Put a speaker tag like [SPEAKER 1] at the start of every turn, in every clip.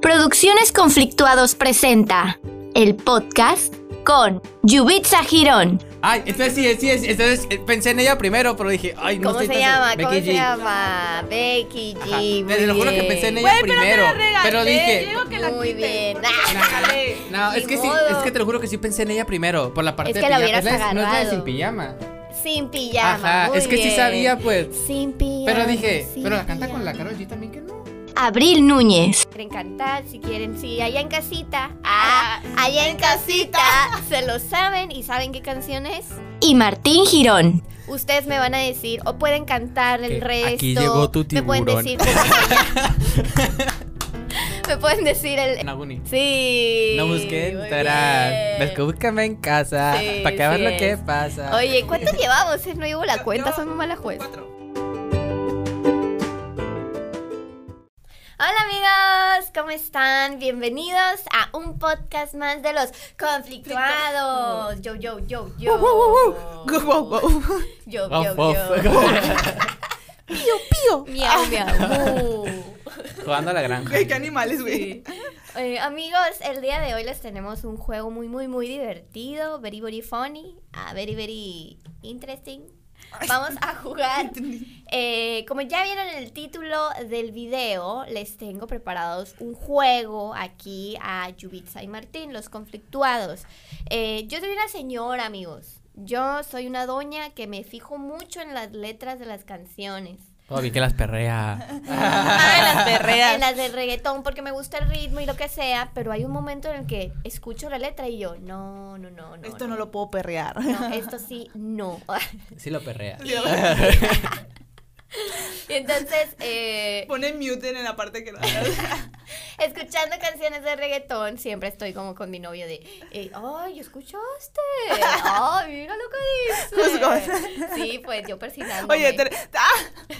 [SPEAKER 1] Producciones Conflictuados presenta el podcast con Yubitsa Girón.
[SPEAKER 2] Ay, entonces sí, sí, sí, entonces eh, pensé en ella primero, pero dije, ay, no
[SPEAKER 3] ¿Cómo
[SPEAKER 2] estoy
[SPEAKER 3] se
[SPEAKER 2] tan
[SPEAKER 3] llama?
[SPEAKER 2] seguro.
[SPEAKER 3] ¿Cómo
[SPEAKER 2] Becky
[SPEAKER 3] se
[SPEAKER 2] G.
[SPEAKER 3] llama? Becky G.
[SPEAKER 2] Ajá.
[SPEAKER 3] muy
[SPEAKER 2] Te lo juro que
[SPEAKER 3] bien. eh,
[SPEAKER 2] pensé en ella
[SPEAKER 4] Güey, pero
[SPEAKER 2] primero.
[SPEAKER 4] te la regalé.
[SPEAKER 2] pero dije,
[SPEAKER 4] Yo digo que la
[SPEAKER 3] Muy
[SPEAKER 4] quité.
[SPEAKER 3] bien.
[SPEAKER 2] no, es
[SPEAKER 3] Ni
[SPEAKER 2] que sí,
[SPEAKER 3] modo.
[SPEAKER 2] es que te lo juro que sí pensé en ella primero, por la parte
[SPEAKER 3] Es
[SPEAKER 2] de
[SPEAKER 3] que la
[SPEAKER 2] pijama.
[SPEAKER 3] hubieras
[SPEAKER 2] es la de- no es la de
[SPEAKER 3] agarrado.
[SPEAKER 2] sin pijama.
[SPEAKER 3] Sin pijama.
[SPEAKER 2] Ajá,
[SPEAKER 3] muy
[SPEAKER 2] es que sí
[SPEAKER 3] bien.
[SPEAKER 2] sabía, pues.
[SPEAKER 3] Sin pijama.
[SPEAKER 2] Pero dije,
[SPEAKER 3] sin
[SPEAKER 2] pero la canta con
[SPEAKER 3] pijama.
[SPEAKER 2] la Karol G también que no.
[SPEAKER 1] Abril Núñez.
[SPEAKER 3] Quieren cantar, si quieren, sí, allá en casita. Ah, allá en casita. Se lo saben y saben qué canción es.
[SPEAKER 1] Y Martín Girón.
[SPEAKER 3] Ustedes me van a decir, o pueden cantar el
[SPEAKER 2] Que
[SPEAKER 3] resto.
[SPEAKER 2] aquí llegó tu
[SPEAKER 3] Me pueden
[SPEAKER 2] tiburón.
[SPEAKER 3] decir. me pueden decir el.
[SPEAKER 2] Naguni.
[SPEAKER 3] Sí.
[SPEAKER 2] No
[SPEAKER 3] muy
[SPEAKER 2] busquen, tarán.
[SPEAKER 3] bien.
[SPEAKER 2] Ves que búscame en casa.
[SPEAKER 3] Sí,
[SPEAKER 2] para que veas
[SPEAKER 3] sí
[SPEAKER 2] lo que
[SPEAKER 3] es.
[SPEAKER 2] pasa.
[SPEAKER 3] Oye, ¿cuántos llevamos? Eh, No llevo la
[SPEAKER 4] Yo-
[SPEAKER 3] cuenta,
[SPEAKER 4] yo-
[SPEAKER 3] soy muy mala juez.
[SPEAKER 4] Cuatro.
[SPEAKER 3] Hola amigos, ¿cómo están? Bienvenidos a un podcast más de los conflictuados. Yo, yo, yo, yo.
[SPEAKER 4] Go, go, go.
[SPEAKER 3] Yo,
[SPEAKER 2] Wow,
[SPEAKER 3] yo,
[SPEAKER 2] wow.
[SPEAKER 3] yo. Miau, miau.
[SPEAKER 2] Jugando a la granja.
[SPEAKER 4] Güey, qué animales, güey.
[SPEAKER 3] Sí. Eh, amigos, el día de hoy les tenemos un juego muy, muy, muy divertido. Very, very funny. ah, very, very interesting. Vamos a jugar. Eh, como ya vieron en el título del video, les tengo preparados un juego aquí a Yubitsa y Martín, los conflictuados. Eh, yo soy una señora, amigos. Yo soy una doña que me fijo mucho en las letras de las canciones.
[SPEAKER 2] Todo bien que las perrea.
[SPEAKER 4] Ah, las
[SPEAKER 3] En las de reggaetón, porque me gusta el ritmo y lo que sea, pero hay un momento en el que escucho la letra y yo, no, no, no, no.
[SPEAKER 4] Esto no lo puedo perrear.
[SPEAKER 3] no, esto sí, no.
[SPEAKER 2] Sí lo perrea.
[SPEAKER 3] Y Entonces, eh,
[SPEAKER 4] Pone mute en la parte que no.
[SPEAKER 3] escuchando canciones de reggaetón, siempre estoy como con mi novio de, eh, ay, ¿escuchaste? Ay, mira lo
[SPEAKER 4] Juzgo.
[SPEAKER 3] que dice. Sí, pues yo persinando.
[SPEAKER 4] Oye, te- ah,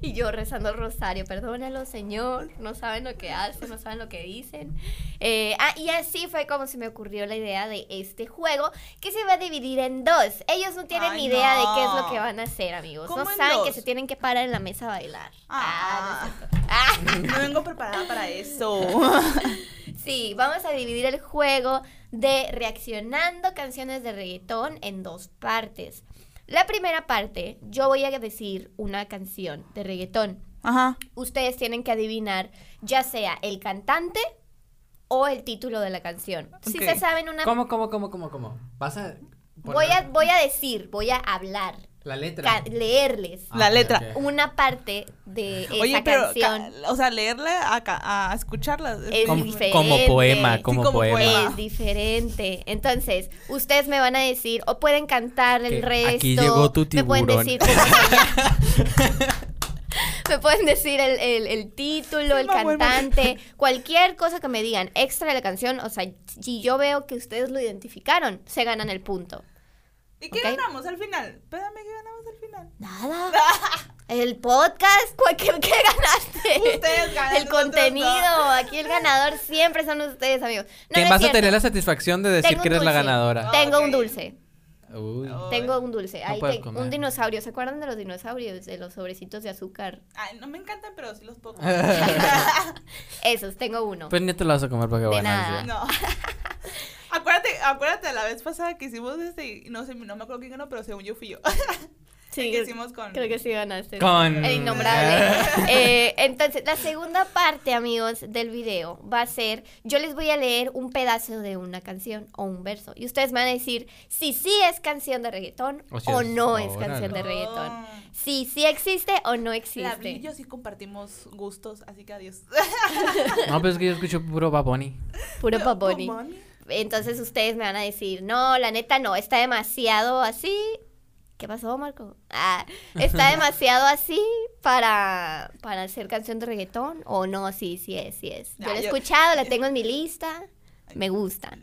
[SPEAKER 3] Y yo rezando el rosario, perdónalo, Señor, no saben lo que hacen, no saben lo que dicen. Eh, ah, y así fue como se me ocurrió la idea de este juego, que se va a dividir en dos. Ellos no tienen
[SPEAKER 4] Ay,
[SPEAKER 3] ni idea de qué es
[SPEAKER 4] no.
[SPEAKER 3] lo que van a hacer, amigos.
[SPEAKER 4] ¿Cómo
[SPEAKER 3] No
[SPEAKER 4] en
[SPEAKER 3] saben que
[SPEAKER 4] dos?
[SPEAKER 3] se tienen que parar en la mesa a bailar. Ah,
[SPEAKER 4] Ah.
[SPEAKER 3] no es cierto. Ah.
[SPEAKER 4] no vengo preparada para eso.
[SPEAKER 3] Sí, vamos a dividir el juego de reaccionando canciones de reggaetón en dos partes. La primera parte, yo voy a decir una canción de reggaetón.
[SPEAKER 4] Ajá.
[SPEAKER 3] ustedes tienen que adivinar ya sea el cantante o el título de la canción. Si
[SPEAKER 4] Ok.
[SPEAKER 3] se saben una...
[SPEAKER 2] ¿Cómo, cómo, cómo, cómo, cómo? ¿Vas a.?
[SPEAKER 3] Voy a,
[SPEAKER 2] poner
[SPEAKER 3] voy a decir, voy a hablar,
[SPEAKER 2] La letra.
[SPEAKER 3] ca- leerles
[SPEAKER 2] Ah,
[SPEAKER 4] La
[SPEAKER 2] ok,
[SPEAKER 4] letra.
[SPEAKER 2] ok.
[SPEAKER 3] una parte de esa
[SPEAKER 4] Oye, pero,
[SPEAKER 3] canción.
[SPEAKER 4] ca- o sea, leerla a, ca- a escucharla.
[SPEAKER 3] Es
[SPEAKER 2] Como-
[SPEAKER 3] diferente.
[SPEAKER 2] como poema,
[SPEAKER 3] Sí,
[SPEAKER 2] como,
[SPEAKER 4] como
[SPEAKER 2] poema.
[SPEAKER 4] poema.
[SPEAKER 3] Es diferente. Entonces, ustedes me van a decir, o pueden cantar el
[SPEAKER 2] Que
[SPEAKER 3] resto.
[SPEAKER 2] aquí llegó tu
[SPEAKER 3] Me pueden
[SPEAKER 2] tiburón.
[SPEAKER 3] decir. cómo- Me pueden decir el, el- el título, el
[SPEAKER 4] mamó el mamá.
[SPEAKER 3] cantante, cualquier cosa que me digan extra de la canción. O sea, si yo veo que ustedes lo identificaron, se ganan el punto.
[SPEAKER 4] ¿Y qué
[SPEAKER 3] ok.
[SPEAKER 4] ganamos al final? Espérame, ¿qué ganamos al final?
[SPEAKER 3] Nada. El podcast, ¿cuál- ¿qué, qué ganaste?
[SPEAKER 4] Ustedes ganan,
[SPEAKER 3] El
[SPEAKER 4] nosotros
[SPEAKER 3] contenido.
[SPEAKER 4] no.
[SPEAKER 3] Aquí el ganador siempre son ustedes, amigos. No,
[SPEAKER 2] que
[SPEAKER 3] no es
[SPEAKER 2] vas a
[SPEAKER 3] cierto.
[SPEAKER 2] tener la satisfacción de decir
[SPEAKER 3] Tengo
[SPEAKER 2] que
[SPEAKER 3] un
[SPEAKER 2] eres la
[SPEAKER 3] dulce.
[SPEAKER 2] ganadora.
[SPEAKER 3] Tengo un
[SPEAKER 4] Ok.
[SPEAKER 3] dulce.
[SPEAKER 2] Uy.
[SPEAKER 4] Oh.
[SPEAKER 3] Tengo un dulce.
[SPEAKER 2] No
[SPEAKER 3] Ahí
[SPEAKER 2] puedes
[SPEAKER 3] te-
[SPEAKER 2] comer.
[SPEAKER 3] un dinosaurio. ¿Se acuerdan de los dinosaurios? De los sobrecitos de azúcar.
[SPEAKER 4] Ay, no me encantan, pero sí los puedo.
[SPEAKER 3] Esos, tengo uno.
[SPEAKER 2] Pues ni te lo vas a comer porque
[SPEAKER 3] De nada.
[SPEAKER 2] ganancia.
[SPEAKER 4] No. acuérdate, acuérdate la vez pasada que hicimos este, no sé, no me acuerdo quién ganó, pero según yo fui yo.
[SPEAKER 3] sí,
[SPEAKER 4] que hicimos con-
[SPEAKER 3] creo que sí ganaste.
[SPEAKER 2] Con-
[SPEAKER 3] El innombrable. Eh, entonces, la segunda parte, amigos, del video va a ser, yo les voy a leer un pedazo de una canción o un verso. Y ustedes me van a decir si sí es canción de reggaetón
[SPEAKER 2] O
[SPEAKER 3] o,
[SPEAKER 2] si es-
[SPEAKER 3] no es
[SPEAKER 2] órale.
[SPEAKER 3] canción de reggaetón.
[SPEAKER 4] Oh.
[SPEAKER 3] Si sí existe o no
[SPEAKER 4] La vi,
[SPEAKER 3] existe.
[SPEAKER 4] yo sí compartimos gustos, así que adiós.
[SPEAKER 2] No, pero es que yo escucho puro Baboni.
[SPEAKER 3] Puro Bad Bunny.
[SPEAKER 4] Bad Bunny.
[SPEAKER 3] Entonces ustedes me van a decir, no, la neta no, está demasiado así. ¿Qué pasó, Marco? Ah, está demasiado así para, para hacer canción de reggaetón. O no, sí, sí es, sí es. Yo
[SPEAKER 4] Ah,
[SPEAKER 3] la he
[SPEAKER 4] yo-
[SPEAKER 3] escuchado, la tengo en mi lista. Me gusta.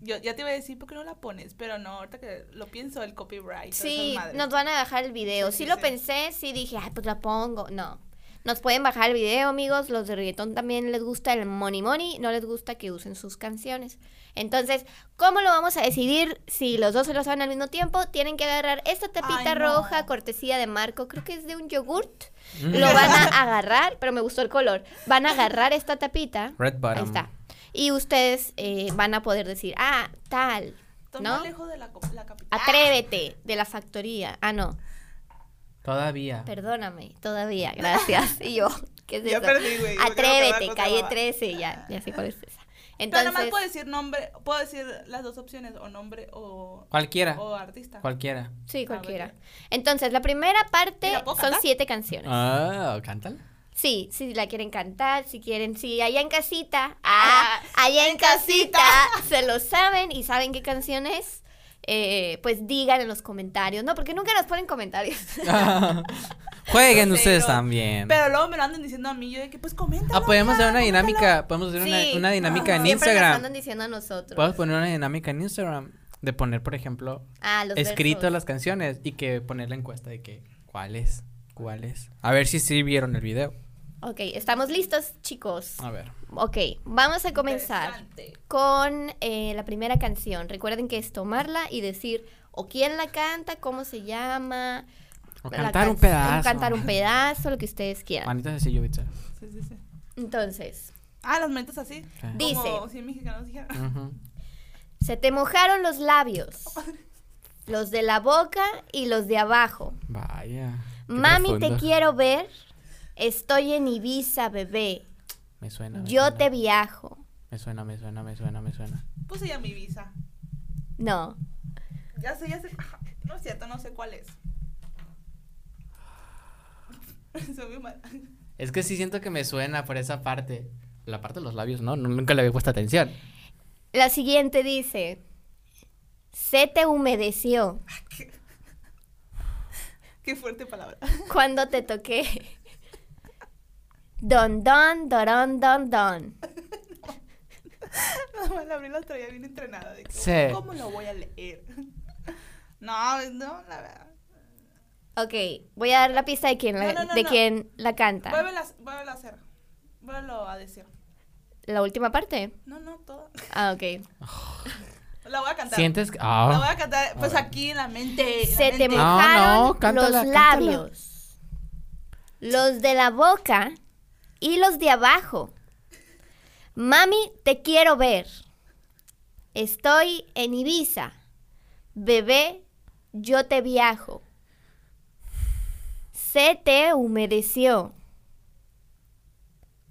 [SPEAKER 4] Yo ya te iba a decir por qué no la pones, pero no, ahorita que lo pienso, el copyright. todas esas
[SPEAKER 3] Sí,
[SPEAKER 4] madres.
[SPEAKER 3] nos van a bajar el video.
[SPEAKER 4] Sí,
[SPEAKER 3] Sí
[SPEAKER 4] sí,
[SPEAKER 3] lo
[SPEAKER 4] sí.
[SPEAKER 3] pensé, sí dije, ay, pues la pongo. No. Nos pueden bajar el video, amigos. Los de reggaetón también les gusta el money money. No les gusta que usen sus canciones. Entonces, ¿cómo lo vamos a decidir si los dos se lo saben al mismo tiempo? Tienen que agarrar esta tapita
[SPEAKER 4] Ay, no.
[SPEAKER 3] roja cortesía de Marco. Creo que es de un yogurt.
[SPEAKER 2] Mm.
[SPEAKER 3] Lo van a agarrar, pero me gustó el color. Van a agarrar esta tapita.
[SPEAKER 2] Red bottom.
[SPEAKER 3] Ahí está. Y ustedes eh, van a poder decir, ah, tal,
[SPEAKER 4] Toma
[SPEAKER 3] ¿no?
[SPEAKER 4] lejos de la, co- la ¡Ah! capital.
[SPEAKER 3] Atrévete de la factoría. Ah, no,
[SPEAKER 2] Todavía.
[SPEAKER 3] perdóname, todavía, gracias. Y yo, ¿qué es
[SPEAKER 4] Ya
[SPEAKER 3] eso?
[SPEAKER 4] perdí, güey, yo creo que
[SPEAKER 3] Atrévete,
[SPEAKER 4] Marco se
[SPEAKER 3] calle
[SPEAKER 4] va.
[SPEAKER 3] 13, ya, ya sé cuál es esa.
[SPEAKER 4] Pero
[SPEAKER 3] Entonces,
[SPEAKER 4] nada más puedo decir nombre, puedo decir las dos opciones, o nombre o,
[SPEAKER 2] Cualquiera.
[SPEAKER 3] Oh,
[SPEAKER 4] o artista.
[SPEAKER 2] Cualquiera.
[SPEAKER 3] sí,
[SPEAKER 4] Ah,
[SPEAKER 3] cualquiera.
[SPEAKER 4] bueno.
[SPEAKER 3] Entonces, la primera parte
[SPEAKER 4] ¿Y la puedo
[SPEAKER 3] son
[SPEAKER 4] cantar?
[SPEAKER 3] siete canciones.
[SPEAKER 2] Ah, cántala.
[SPEAKER 3] Sí, si la quieren cantar, si quieren, si allá en casita, ah, allá en casita, se lo saben y saben qué canción es, eh, pues digan en los comentarios, ¿no? Porque nunca nos ponen comentarios.
[SPEAKER 2] Ah, Jueguen
[SPEAKER 4] Grosero.
[SPEAKER 2] ustedes también.
[SPEAKER 4] Pero luego me lo andan diciendo a mí, yo de que pues comenta.
[SPEAKER 2] Ah, podemos hacer una dinámica. Podemos hacer una,
[SPEAKER 3] Sí.
[SPEAKER 2] una dinámica en
[SPEAKER 3] Siempre nos
[SPEAKER 2] Instagram.
[SPEAKER 3] andan diciendo a nosotros.
[SPEAKER 2] Podemos poner una dinámica en Instagram de poner, por ejemplo,
[SPEAKER 3] Ah, los
[SPEAKER 2] escrito
[SPEAKER 3] versos.
[SPEAKER 2] las canciones y que poner la encuesta de que cuáles, cuáles. A ver si sí vieron el video.
[SPEAKER 3] Ok, estamos listos, chicos.
[SPEAKER 2] A ver.
[SPEAKER 3] Ok, vamos a comenzar con eh, la primera canción. Recuerden que es tomarla y decir o quién la canta, cómo se llama.
[SPEAKER 2] O
[SPEAKER 3] la
[SPEAKER 2] cantar un
[SPEAKER 3] canción,
[SPEAKER 2] pedazo.
[SPEAKER 3] Cantar un pedazo, lo que ustedes quieran.
[SPEAKER 2] Manitas así, Yubitsa.
[SPEAKER 4] Sí, sí, sí.
[SPEAKER 3] Entonces,
[SPEAKER 4] Ah, las manitas así.
[SPEAKER 3] Di-
[SPEAKER 4] Como
[SPEAKER 3] Dice.
[SPEAKER 4] si mexicanos dijeran.
[SPEAKER 2] Ujú.
[SPEAKER 3] se te mojaron los labios, los de la boca y los de abajo.
[SPEAKER 2] Vaya. qué
[SPEAKER 3] Mami, te
[SPEAKER 2] profundo.
[SPEAKER 3] quiero ver. Estoy en Ibiza, bebé.
[SPEAKER 2] Me suena. me
[SPEAKER 3] Yo
[SPEAKER 2] suena.
[SPEAKER 3] te viajo.
[SPEAKER 2] Me suena, me suena, me suena, me suena.
[SPEAKER 4] Puse ya mi pues, visa.
[SPEAKER 3] No.
[SPEAKER 4] Ya sé, ya sé. No es cierto, no sé cuál es. Soy muy mala.
[SPEAKER 2] Es que sí siento que me suena por esa parte. La parte de los labios, ¿no? No, Nunca le había puesto atención.
[SPEAKER 3] La siguiente dice, se te humedeció
[SPEAKER 4] Qué- Qué fuerte palabra.
[SPEAKER 3] cuando te toqué. Don, don, dorón, don, don.
[SPEAKER 4] Nada más la abrí la traía bien entrenada. De que,
[SPEAKER 2] Sí.
[SPEAKER 4] ¿Cómo lo voy a leer? No, no, la verdad.
[SPEAKER 3] Ok, voy a dar la pista de quién la,
[SPEAKER 4] No, no, no,
[SPEAKER 3] de
[SPEAKER 4] no.
[SPEAKER 3] quién la canta.
[SPEAKER 4] Vuélvela vuélvela a hacer. Vuélvelo a decir.
[SPEAKER 3] La última parte.
[SPEAKER 4] No, no, todo.
[SPEAKER 3] Ah, ok.
[SPEAKER 4] La voy a cantar.
[SPEAKER 2] ¿Sientes que.?
[SPEAKER 4] La
[SPEAKER 2] ah.
[SPEAKER 4] voy a cantar, pues
[SPEAKER 2] A ver.
[SPEAKER 4] aquí en la mente. en la
[SPEAKER 3] Se te
[SPEAKER 4] mente.
[SPEAKER 2] mo-
[SPEAKER 3] mojaron
[SPEAKER 2] no, cántala,
[SPEAKER 3] los
[SPEAKER 2] cántala.
[SPEAKER 3] labios, los de la boca y los de abajo. Mami, te quiero ver. Estoy en Ibiza. Bebé, yo te viajo. Se te humedeció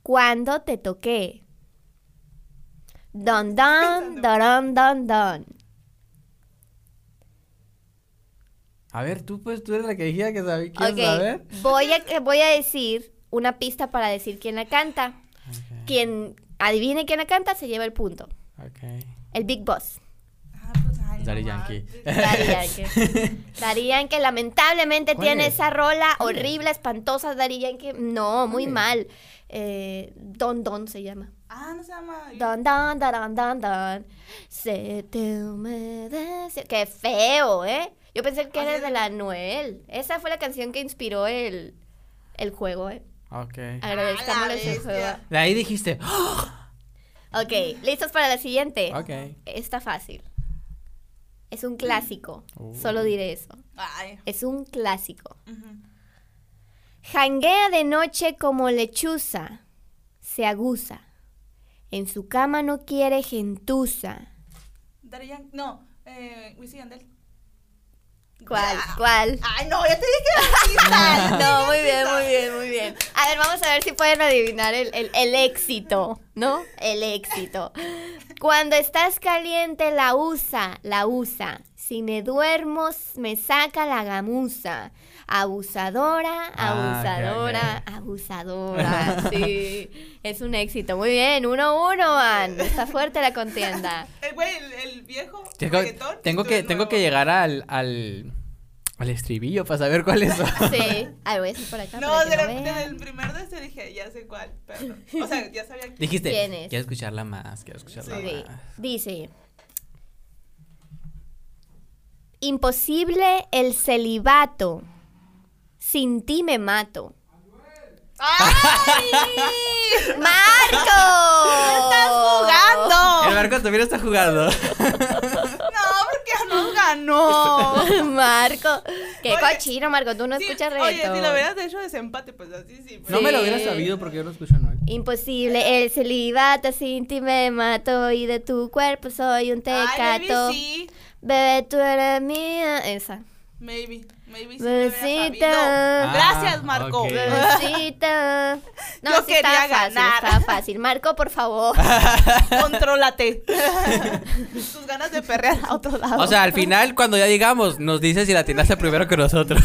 [SPEAKER 3] cuando te toqué. Don, don, don, don, don.
[SPEAKER 2] A ver, tú, pues, tú eres la que dijiste que sabía. ¿Quieres
[SPEAKER 3] Ok,
[SPEAKER 2] saber?
[SPEAKER 3] Voy a, que- voy a decir una pista para decir quién la canta.
[SPEAKER 2] Ok,
[SPEAKER 3] Quien adivine quién la canta se lleva el punto.
[SPEAKER 2] Ok.
[SPEAKER 3] El Big Boss.
[SPEAKER 4] Ah, pues, ay, no
[SPEAKER 2] Daddy
[SPEAKER 4] más.
[SPEAKER 2] Yankee.
[SPEAKER 3] Daddy Yankee. Daddy Yankee lamentablemente
[SPEAKER 2] ¿Cuál
[SPEAKER 3] tiene
[SPEAKER 2] es?
[SPEAKER 3] esa rola
[SPEAKER 2] ¿Cuál es?
[SPEAKER 3] horrible, espantosa. Daddy Yankee, no, muy
[SPEAKER 2] es?
[SPEAKER 3] mal. Eh, don Don se llama.
[SPEAKER 4] Ah, no se llama.
[SPEAKER 3] Don Don, don, don, don, don. Se te humedece. Qué feo, ¿eh? Yo pensé que
[SPEAKER 4] Así
[SPEAKER 3] era
[SPEAKER 4] es.
[SPEAKER 3] de la Noel. Esa fue la canción que inspiró el, el juego, ¿eh?
[SPEAKER 2] Ok.
[SPEAKER 3] Agradezcámosles el
[SPEAKER 4] bestia.
[SPEAKER 3] juego.
[SPEAKER 2] De ahí dijiste. ¡Ah!
[SPEAKER 3] Ok, ¿listos para la siguiente?
[SPEAKER 2] Ok.
[SPEAKER 3] Está fácil. Es un clásico.
[SPEAKER 2] Uh.
[SPEAKER 3] Solo diré eso.
[SPEAKER 4] Ay.
[SPEAKER 3] Es un clásico.
[SPEAKER 4] ujú.
[SPEAKER 3] Janguea de noche como lechuza. Se aguza. En su cama no quiere gentuza.
[SPEAKER 4] Daddy Yankee. No, eh, Wisin y Yandel.
[SPEAKER 3] ¿Cuál?
[SPEAKER 4] Ya.
[SPEAKER 3] ¿Cuál?
[SPEAKER 4] Ay, no, ya te dije.
[SPEAKER 2] Ah.
[SPEAKER 4] artista.
[SPEAKER 3] No, muy bien, muy bien, muy bien. A ver, vamos a ver si pueden adivinar el, el- el éxito, ¿no? El éxito. Cuando estás caliente la usa, la usa. Si me duermo, me saca la gamuza. Abusadora,
[SPEAKER 2] Ah, ok,
[SPEAKER 3] abusadora, abusadora. Sí, es un éxito. Muy bien, uno uno, van. Está fuerte la contienda.
[SPEAKER 4] El güey, el, el viejo.
[SPEAKER 2] Tengo,
[SPEAKER 4] reggaetón,
[SPEAKER 2] tengo
[SPEAKER 4] tú
[SPEAKER 2] que,
[SPEAKER 4] el
[SPEAKER 2] tengo
[SPEAKER 4] nuevo.
[SPEAKER 2] que llegar al, al, al estribillo para saber cuál es.
[SPEAKER 3] Sí. Ay, voy a decir por acá. para
[SPEAKER 4] No,
[SPEAKER 3] que
[SPEAKER 4] de la-
[SPEAKER 3] vean.
[SPEAKER 4] desde el primer de este dije, ya sé cuál, pero. O sea, ya sabía que.
[SPEAKER 2] Dijiste,
[SPEAKER 3] ¿Quién es?
[SPEAKER 2] quiero escucharla más, quiero escucharla
[SPEAKER 3] Ok,
[SPEAKER 2] más.
[SPEAKER 3] Dice. Imposible el celibato. Sin ti me mato. ¡Ay!
[SPEAKER 1] ¡Marco!
[SPEAKER 4] ¡Estás jugando!
[SPEAKER 2] El barco también está jugando.
[SPEAKER 4] No, porque Arnold ganó.
[SPEAKER 3] Marco, qué
[SPEAKER 4] Oye.
[SPEAKER 3] cochino, Marco, tú no
[SPEAKER 4] Sí,
[SPEAKER 3] escuchas
[SPEAKER 4] Oye,
[SPEAKER 3] reggaetón.
[SPEAKER 4] si lo hubieras hecho desempate, pues así sí. pero-
[SPEAKER 2] No me lo
[SPEAKER 3] Sí.
[SPEAKER 2] hubiera sabido porque yo no escucho a Noel.
[SPEAKER 3] Imposible, el celibato sin ti me mato y de tu cuerpo soy un
[SPEAKER 4] Ay, maybe
[SPEAKER 3] tecato.
[SPEAKER 4] sí.
[SPEAKER 3] Bebé, tú eres mía. Esa.
[SPEAKER 4] Maybe. Maybe sí. te hubiera sabido.
[SPEAKER 3] Bebecita.
[SPEAKER 4] Gracias,
[SPEAKER 2] Ah,
[SPEAKER 4] Marco.
[SPEAKER 2] ok.
[SPEAKER 3] Bebecita. No, sí
[SPEAKER 4] Yo
[SPEAKER 3] estaba
[SPEAKER 4] quería
[SPEAKER 3] fácil,
[SPEAKER 4] ganar.
[SPEAKER 3] estaba fácil. Marco, por favor.
[SPEAKER 4] Contrólate. Tus ganas de perrear a otro lado.
[SPEAKER 2] O sea, al final, cuando ya digamos, nos dices si la atinaste primero que nosotros.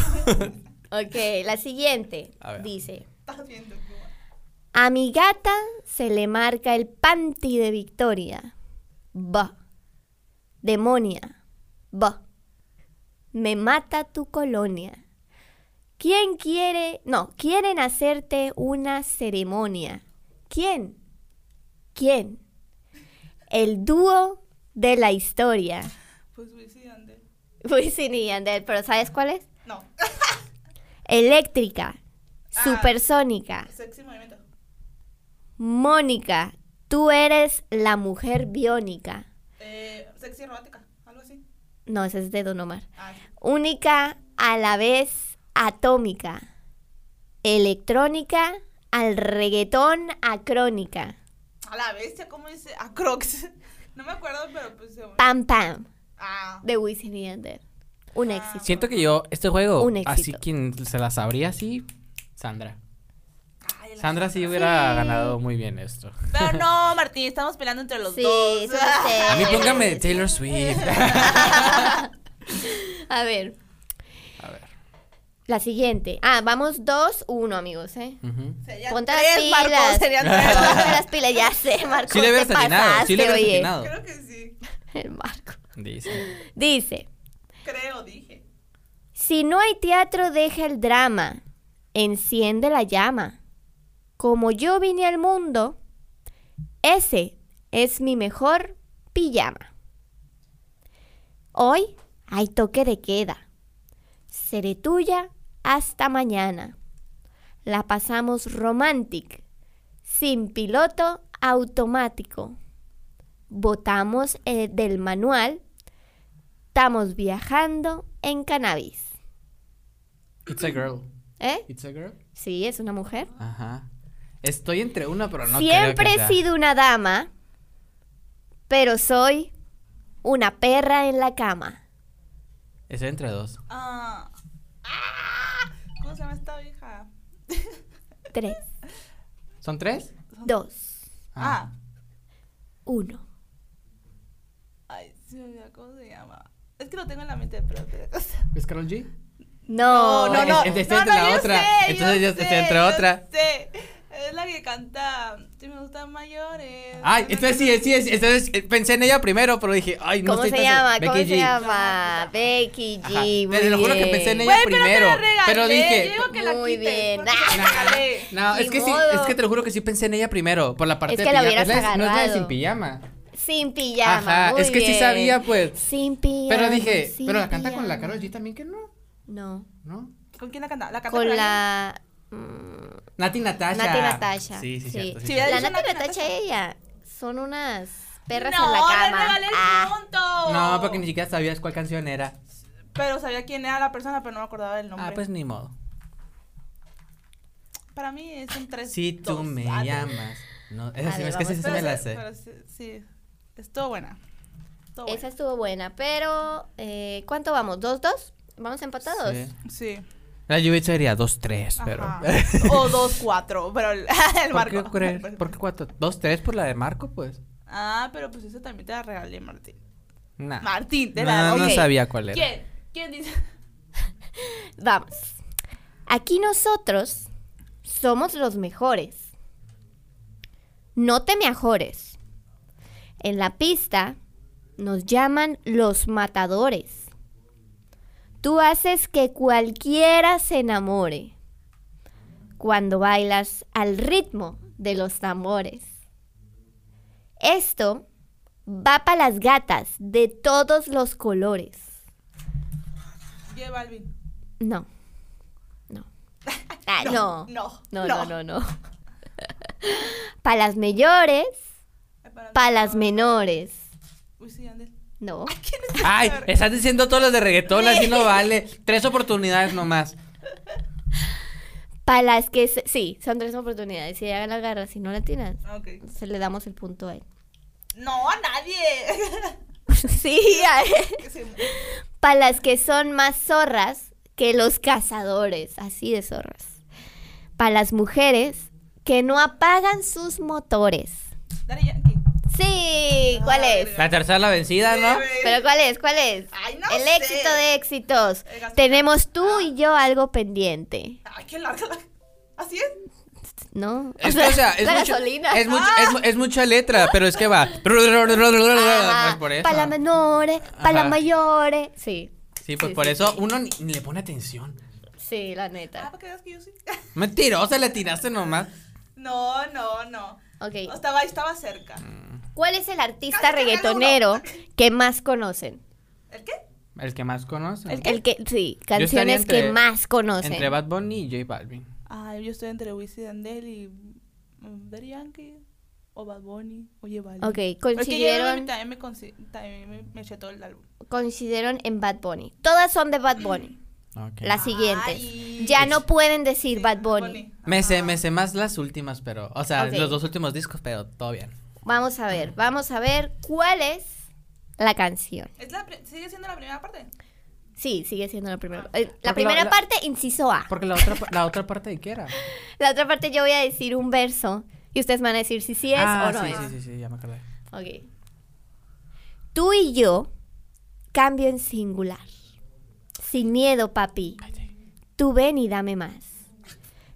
[SPEAKER 3] Ok, la siguiente.
[SPEAKER 2] A ver.
[SPEAKER 3] Dice.
[SPEAKER 4] Estás viendo tú.
[SPEAKER 3] A mi gata se le marca el panty de Victoria. Bah. Demonia. Bah. Me mata tu colonia. ¿Quién quiere? No, quieren hacerte una ceremonia. ¿Quién? ¿Quién? El dúo de la historia.
[SPEAKER 4] Pues Luis y Ander.
[SPEAKER 3] Wisin y Yandel, pero ¿sabes cuál es?
[SPEAKER 4] No.
[SPEAKER 3] Eléctrica,
[SPEAKER 4] Ah.
[SPEAKER 3] supersónica,
[SPEAKER 4] Sexy movimiento.
[SPEAKER 3] Mónica, tú eres la mujer biónica.
[SPEAKER 4] Eh, sexy robótica. Algo así.
[SPEAKER 3] No, ese es de Don Omar.
[SPEAKER 4] Ah, sí.
[SPEAKER 3] Única, a la vez, atómica. Electrónica, al reggaetón, acrónica.
[SPEAKER 4] A la bestia, ¿cómo dice? A Crocs. No me acuerdo, pero pues. se-
[SPEAKER 3] Pam Pam,
[SPEAKER 4] Ah.
[SPEAKER 3] de Wisin y Yandel. Un éxito.
[SPEAKER 2] Siento que yo, este juego,
[SPEAKER 3] Un éxito.
[SPEAKER 2] así quien se la sabría así, Sandra.
[SPEAKER 4] Ay, la-
[SPEAKER 2] Sandra sí hubiera ganado muy bien esto.
[SPEAKER 4] Pero no, Martín, estamos peleando entre los
[SPEAKER 3] Sí,
[SPEAKER 4] dos.
[SPEAKER 3] eso sí sé.
[SPEAKER 2] A mí póngame Taylor Swift.
[SPEAKER 3] A ver,
[SPEAKER 2] A ver.
[SPEAKER 3] la siguiente. Ah, vamos dos, uno, amigos, ¿eh?
[SPEAKER 2] Ujú.
[SPEAKER 4] Serían
[SPEAKER 3] Ponte las
[SPEAKER 4] tres,
[SPEAKER 3] pilas.
[SPEAKER 4] Marco, serían tres.
[SPEAKER 3] Ponte las pilas, ya sé, Marco.
[SPEAKER 2] Sí le hubieras
[SPEAKER 3] te
[SPEAKER 2] atinado, sí le
[SPEAKER 3] pasaste,
[SPEAKER 2] hubieras
[SPEAKER 3] oye.
[SPEAKER 2] atinado.
[SPEAKER 4] Creo que sí.
[SPEAKER 3] El Marco.
[SPEAKER 2] Dice.
[SPEAKER 3] Dice,
[SPEAKER 4] Creo, dije.
[SPEAKER 3] si no hay teatro, deja el drama. Enciende la llama. Como yo vine al mundo, ese es mi mejor pijama. Hoy hay toque de queda. Seré tuya hasta mañana. La pasamos romantic, sin piloto automático. Votamos eh, del manual Estamos viajando en cannabis.
[SPEAKER 2] It's a girl.
[SPEAKER 3] ¿Eh?
[SPEAKER 2] It's a girl.
[SPEAKER 3] Sí, es una mujer.
[SPEAKER 2] Ajá. Estoy entre una, pero no
[SPEAKER 3] Siempre
[SPEAKER 2] creo que
[SPEAKER 3] he
[SPEAKER 2] sea.
[SPEAKER 3] sido una dama, pero soy una perra en la cama.
[SPEAKER 2] Estoy entre dos.
[SPEAKER 4] Ah. Ah. ¿Cómo se llama esta vieja?
[SPEAKER 3] Tres,
[SPEAKER 2] ¿Son tres?
[SPEAKER 3] dos,
[SPEAKER 4] Ah.
[SPEAKER 3] uno.
[SPEAKER 4] Ay, se me olvidó cómo se llama. Es que lo tengo en la mente, pero te
[SPEAKER 2] ¿Es Carol G?
[SPEAKER 3] No,
[SPEAKER 2] No, no,
[SPEAKER 4] Estoy
[SPEAKER 2] Estoy entre la otra. Entonces ya estoy entre otra.
[SPEAKER 4] Es la que canta. Si me gustan mayores.
[SPEAKER 2] Ay, entonces sí, sí, sí, entonces eh, pensé en ella primero, pero dije, ay, no
[SPEAKER 3] ¿Cómo
[SPEAKER 2] estoy
[SPEAKER 3] se
[SPEAKER 2] tan-
[SPEAKER 3] llama? ¿Cómo
[SPEAKER 2] Becky
[SPEAKER 3] se
[SPEAKER 2] G.
[SPEAKER 3] llama? Becky G.
[SPEAKER 2] Ajá.
[SPEAKER 3] muy
[SPEAKER 2] Te lo juro que
[SPEAKER 3] bien.
[SPEAKER 2] pensé en ella
[SPEAKER 4] Güey, pero
[SPEAKER 2] primero.
[SPEAKER 4] te la regalé.
[SPEAKER 2] Pero dije,
[SPEAKER 4] yo digo que la
[SPEAKER 3] Muy
[SPEAKER 4] quites,
[SPEAKER 3] bien.
[SPEAKER 4] porque te la regalé.
[SPEAKER 2] No,
[SPEAKER 3] Ni
[SPEAKER 2] es que sí,
[SPEAKER 3] modo.
[SPEAKER 2] es que te lo juro que sí pensé en ella primero, por la parte
[SPEAKER 3] Es
[SPEAKER 2] de
[SPEAKER 3] que la
[SPEAKER 2] pijama.
[SPEAKER 3] hubieras
[SPEAKER 2] Es la de- no es la de
[SPEAKER 3] agarrado.
[SPEAKER 2] sin pijama.
[SPEAKER 3] Sin pijama.
[SPEAKER 2] Ajá,
[SPEAKER 3] muy
[SPEAKER 2] es que sí
[SPEAKER 3] bien.
[SPEAKER 2] sabía, pues.
[SPEAKER 3] Sin pijama.
[SPEAKER 2] Pero dije,
[SPEAKER 3] sin
[SPEAKER 2] pero la canta con la
[SPEAKER 3] pijama.
[SPEAKER 2] Karol G también que no,
[SPEAKER 3] No,
[SPEAKER 2] ¿no?
[SPEAKER 4] ¿Con quién la canta? La canta
[SPEAKER 3] con
[SPEAKER 4] alguien?
[SPEAKER 3] la. mm,
[SPEAKER 2] Nati Natasha.
[SPEAKER 3] Nati Natasha.
[SPEAKER 2] Sí, sí, cierto, sí.
[SPEAKER 4] Sí,
[SPEAKER 2] cierto.
[SPEAKER 4] ¿verdad?
[SPEAKER 3] La
[SPEAKER 4] dicho
[SPEAKER 3] Nati
[SPEAKER 4] Nati
[SPEAKER 3] Natacha
[SPEAKER 4] Natasha.
[SPEAKER 3] y ella son unas perras
[SPEAKER 4] no,
[SPEAKER 3] en la
[SPEAKER 4] No,
[SPEAKER 3] cama.
[SPEAKER 4] le regalé el
[SPEAKER 3] Ah,
[SPEAKER 4] punto.
[SPEAKER 2] No, porque ni siquiera sabías cuál canción era.
[SPEAKER 4] Pero sabía quién era la persona, pero no me acordaba del nombre.
[SPEAKER 2] Ah, pues ni modo.
[SPEAKER 4] Para mí es Ah, un 3.
[SPEAKER 2] Si tú me llamas. No, esa sí,
[SPEAKER 3] Vale,
[SPEAKER 2] es que
[SPEAKER 3] Ah, vamos,
[SPEAKER 2] esa sí me la sé.
[SPEAKER 4] Sí, estuvo buena. Estuvo
[SPEAKER 3] esa estuvo buena, pero eh, ¿cuánto vamos? ¿Dos, dos? ¿Vamos empatados?
[SPEAKER 2] Sí.
[SPEAKER 4] buena. Sí.
[SPEAKER 2] La lluvia sería 2-3, pero.
[SPEAKER 4] Ajá. O 2-4, pero el, el
[SPEAKER 2] ¿Por qué,
[SPEAKER 4] Marco.
[SPEAKER 2] crees? ¿Por qué 4? 2-3 por la de Marco, pues.
[SPEAKER 4] Ah, pero pues eso también te la regalé, Martín.
[SPEAKER 2] Nah.
[SPEAKER 4] Martín, te la
[SPEAKER 2] no, no
[SPEAKER 4] ok.
[SPEAKER 2] sabía cuál era.
[SPEAKER 4] ¿Quién? ¿Quién dice?
[SPEAKER 3] Vamos. Aquí nosotros somos los mejores. No te me ajores. En la pista nos llaman los matadores. Tú haces que cualquiera se enamore cuando bailas al ritmo de los tambores. Esto va para las gatas de todos los colores.
[SPEAKER 4] J Balvin.
[SPEAKER 3] No. No. Ah, no.
[SPEAKER 4] No.
[SPEAKER 3] No, no, no, no. Para las mayores,
[SPEAKER 4] Para,
[SPEAKER 3] para las menores.
[SPEAKER 4] Uy, sí, Andel.
[SPEAKER 3] No.
[SPEAKER 2] Ay, estás diciendo todos los de reggaetón, así no vale. Tres oportunidades nomás.
[SPEAKER 3] Para las que... se- Sí, son tres oportunidades. Si ella la agarra, si no la tiras,
[SPEAKER 4] Ah, Ok.
[SPEAKER 3] se le damos el punto a él.
[SPEAKER 4] No, a nadie.
[SPEAKER 3] sí, a
[SPEAKER 4] Que se mu-
[SPEAKER 3] Para las que son más zorras que los cazadores, así de zorras. Para las mujeres que no apagan sus motores.
[SPEAKER 4] Dale, ya. aquí.
[SPEAKER 3] Sí, ¿cuál
[SPEAKER 4] Ah,
[SPEAKER 3] es?
[SPEAKER 4] verga.
[SPEAKER 2] La tercera la vencida, ¿no?
[SPEAKER 3] ¿Pero cuál es? ¿Cuál es?
[SPEAKER 4] Ay, no
[SPEAKER 3] El
[SPEAKER 4] sé.
[SPEAKER 3] éxito de éxitos.
[SPEAKER 4] El Ah. gaspillón.
[SPEAKER 3] Tenemos tú y yo algo pendiente,
[SPEAKER 4] Ay, qué larga la... ¿Así es?
[SPEAKER 3] ¿no?
[SPEAKER 2] Es, que, o sea, es
[SPEAKER 3] la
[SPEAKER 2] mucho-
[SPEAKER 3] gasolina. Ah.
[SPEAKER 2] Es, mucho-
[SPEAKER 4] Ah.
[SPEAKER 2] es mu- es mucha letra, pero es que va. Pues por eso.
[SPEAKER 3] Para las menores, para las
[SPEAKER 2] Ajá.
[SPEAKER 3] mayores. Sí,
[SPEAKER 2] Sí, pues
[SPEAKER 3] Sí,
[SPEAKER 2] por
[SPEAKER 3] sí,
[SPEAKER 2] eso
[SPEAKER 3] sí.
[SPEAKER 2] uno ni, ni le pone atención.
[SPEAKER 3] sí, la
[SPEAKER 4] Ah,
[SPEAKER 3] neta.
[SPEAKER 4] para que veas que yo sí.
[SPEAKER 2] Mentirosa, le tiraste nomás.
[SPEAKER 4] No, no, no.
[SPEAKER 3] Ok.
[SPEAKER 4] Estaba, estaba cerca.
[SPEAKER 3] Mm. ¿Cuál es el artista
[SPEAKER 4] Cállate, gana
[SPEAKER 3] reggaetonero que más conocen?
[SPEAKER 4] ¿El qué?
[SPEAKER 2] El que más conoce.
[SPEAKER 3] El que, sí,
[SPEAKER 2] estaría
[SPEAKER 3] canciones que
[SPEAKER 2] entre-
[SPEAKER 3] más conocen.
[SPEAKER 2] Entre Bad Bunny y J Balvin.
[SPEAKER 4] Ay, Ah, yo estoy entre Wisin y Andel y mm, Daddy Yankee o Bad Bunny o Yeval.
[SPEAKER 3] Ok,
[SPEAKER 4] Es que yo
[SPEAKER 3] coincidieron,
[SPEAKER 4] también me, consi- también me, me eché todo el álbum.
[SPEAKER 3] coincidieron en Bad Bunny. Todas son de Bad Bunny.
[SPEAKER 2] Ok.
[SPEAKER 3] Las siguientes.
[SPEAKER 4] Ay.
[SPEAKER 3] ya no pueden decir Bad Bunny.
[SPEAKER 2] Me sé, me sé más las últimas, pero. O sea,
[SPEAKER 3] Ok.
[SPEAKER 2] los dos últimos discos, pero todo bien.
[SPEAKER 3] Vamos a ver, vamos a ver cuál es la canción.
[SPEAKER 4] ¿Es la pri- ¿Sigue siendo la primera parte?
[SPEAKER 3] Sí, sigue siendo la primera. eh, la
[SPEAKER 2] Porque
[SPEAKER 3] primera
[SPEAKER 2] la-
[SPEAKER 3] parte, inciso A.
[SPEAKER 2] Porque la otra, pa- la otra parte de qué era.
[SPEAKER 3] La otra parte yo voy a decir un verso y ustedes van a decir si sí es
[SPEAKER 2] ah,
[SPEAKER 3] o no
[SPEAKER 2] sí,
[SPEAKER 3] es.
[SPEAKER 2] sí, sí, sí, ya me acordé.
[SPEAKER 3] Ok. Tú y yo, cambio en singular. Sin miedo, papi. Tú ven y dame más.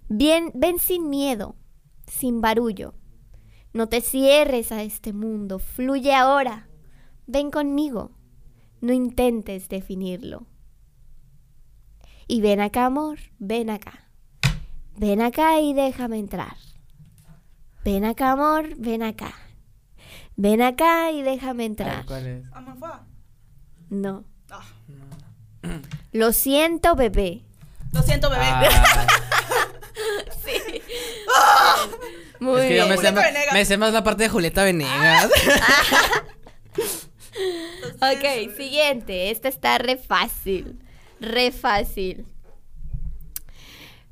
[SPEAKER 3] Bien, ven sin miedo, sin barullo. No te cierres a este mundo, fluye ahora. Ven conmigo, no intentes definirlo. Y ven acá, amor, ven acá. Ven acá y déjame entrar. Ven acá, amor, ven acá. Ven acá y déjame entrar.
[SPEAKER 2] Ay, ¿Cuál es?
[SPEAKER 4] Amor, fue.
[SPEAKER 3] No.
[SPEAKER 4] Ah.
[SPEAKER 3] Lo siento, bebé.
[SPEAKER 4] Lo siento, bebé.
[SPEAKER 2] Ah,
[SPEAKER 3] Muy
[SPEAKER 2] es que yo me
[SPEAKER 3] bien.
[SPEAKER 2] sé,
[SPEAKER 4] Julieta
[SPEAKER 2] más,
[SPEAKER 4] Venegas.
[SPEAKER 2] me sé más la parte de Julieta Venegas.
[SPEAKER 4] Lo siento, bebé.
[SPEAKER 3] Ok, siguiente. Esta está re fácil. Re fácil.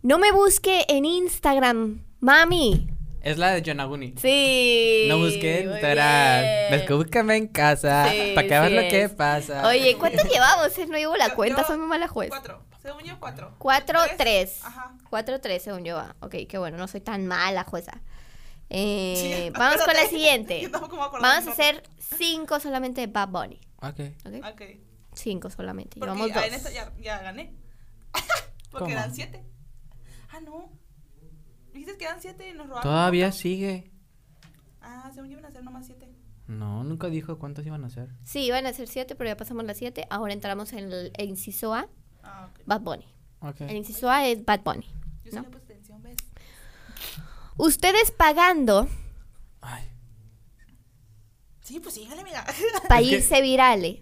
[SPEAKER 3] No me busque en Instagram, mami.
[SPEAKER 2] es la de Yonaguni.
[SPEAKER 3] Sí.
[SPEAKER 2] No busqué en
[SPEAKER 3] muy
[SPEAKER 2] Instagram.
[SPEAKER 3] bien.
[SPEAKER 2] ves que búscame en casa.
[SPEAKER 3] Sí,
[SPEAKER 2] para que veas
[SPEAKER 3] sí
[SPEAKER 2] lo que
[SPEAKER 3] es.
[SPEAKER 2] pasa.
[SPEAKER 3] Oye, ¿cuánto llevamos? Eh, No llevo la
[SPEAKER 4] Yo-
[SPEAKER 3] cuenta,
[SPEAKER 4] yo-
[SPEAKER 3] soy muy mala juez.
[SPEAKER 4] Cuatro. Según yo, cuatro.
[SPEAKER 3] pues. Cuatro, tres.
[SPEAKER 4] Ajá.
[SPEAKER 3] 4-3 según yo va. Ok, qué bueno, no soy tan mala jueza. Eh,
[SPEAKER 4] Sí,
[SPEAKER 3] vamos con la
[SPEAKER 4] espérate.
[SPEAKER 3] siguiente.
[SPEAKER 4] Yo tampoco me acuerdo
[SPEAKER 3] Vamos a
[SPEAKER 4] del
[SPEAKER 3] hacer cinco solamente de Bad Bunny.
[SPEAKER 2] Ok.
[SPEAKER 3] ¿ok?
[SPEAKER 4] Ok.
[SPEAKER 3] Cinco solamente.
[SPEAKER 4] Porque
[SPEAKER 3] Llevamos
[SPEAKER 4] ah,
[SPEAKER 3] dos.
[SPEAKER 4] en esta ya, ya gané. Porque
[SPEAKER 2] ¿Cómo?
[SPEAKER 4] eran siete. Ah, no. Dijiste que eran siete y nos robaron.
[SPEAKER 2] Todavía sigue.
[SPEAKER 4] Ah, según yo iban a ser nomás siete.
[SPEAKER 2] No, nunca dijo cuántos iban a ser.
[SPEAKER 3] Sí, iban a ser siete, pero ya pasamos las siete. Ahora entramos en el el inciso A,
[SPEAKER 4] Ah, ok.
[SPEAKER 3] Bad Bunny.
[SPEAKER 2] Ok.
[SPEAKER 3] El inciso A es Bad Bunny.
[SPEAKER 4] Yo sí
[SPEAKER 3] No.
[SPEAKER 4] le puse atención, ¿ves?
[SPEAKER 3] Ustedes pagando
[SPEAKER 2] Ay.
[SPEAKER 4] Sí, pues sígale, amiga.
[SPEAKER 3] para
[SPEAKER 2] Es que-
[SPEAKER 3] irse virales.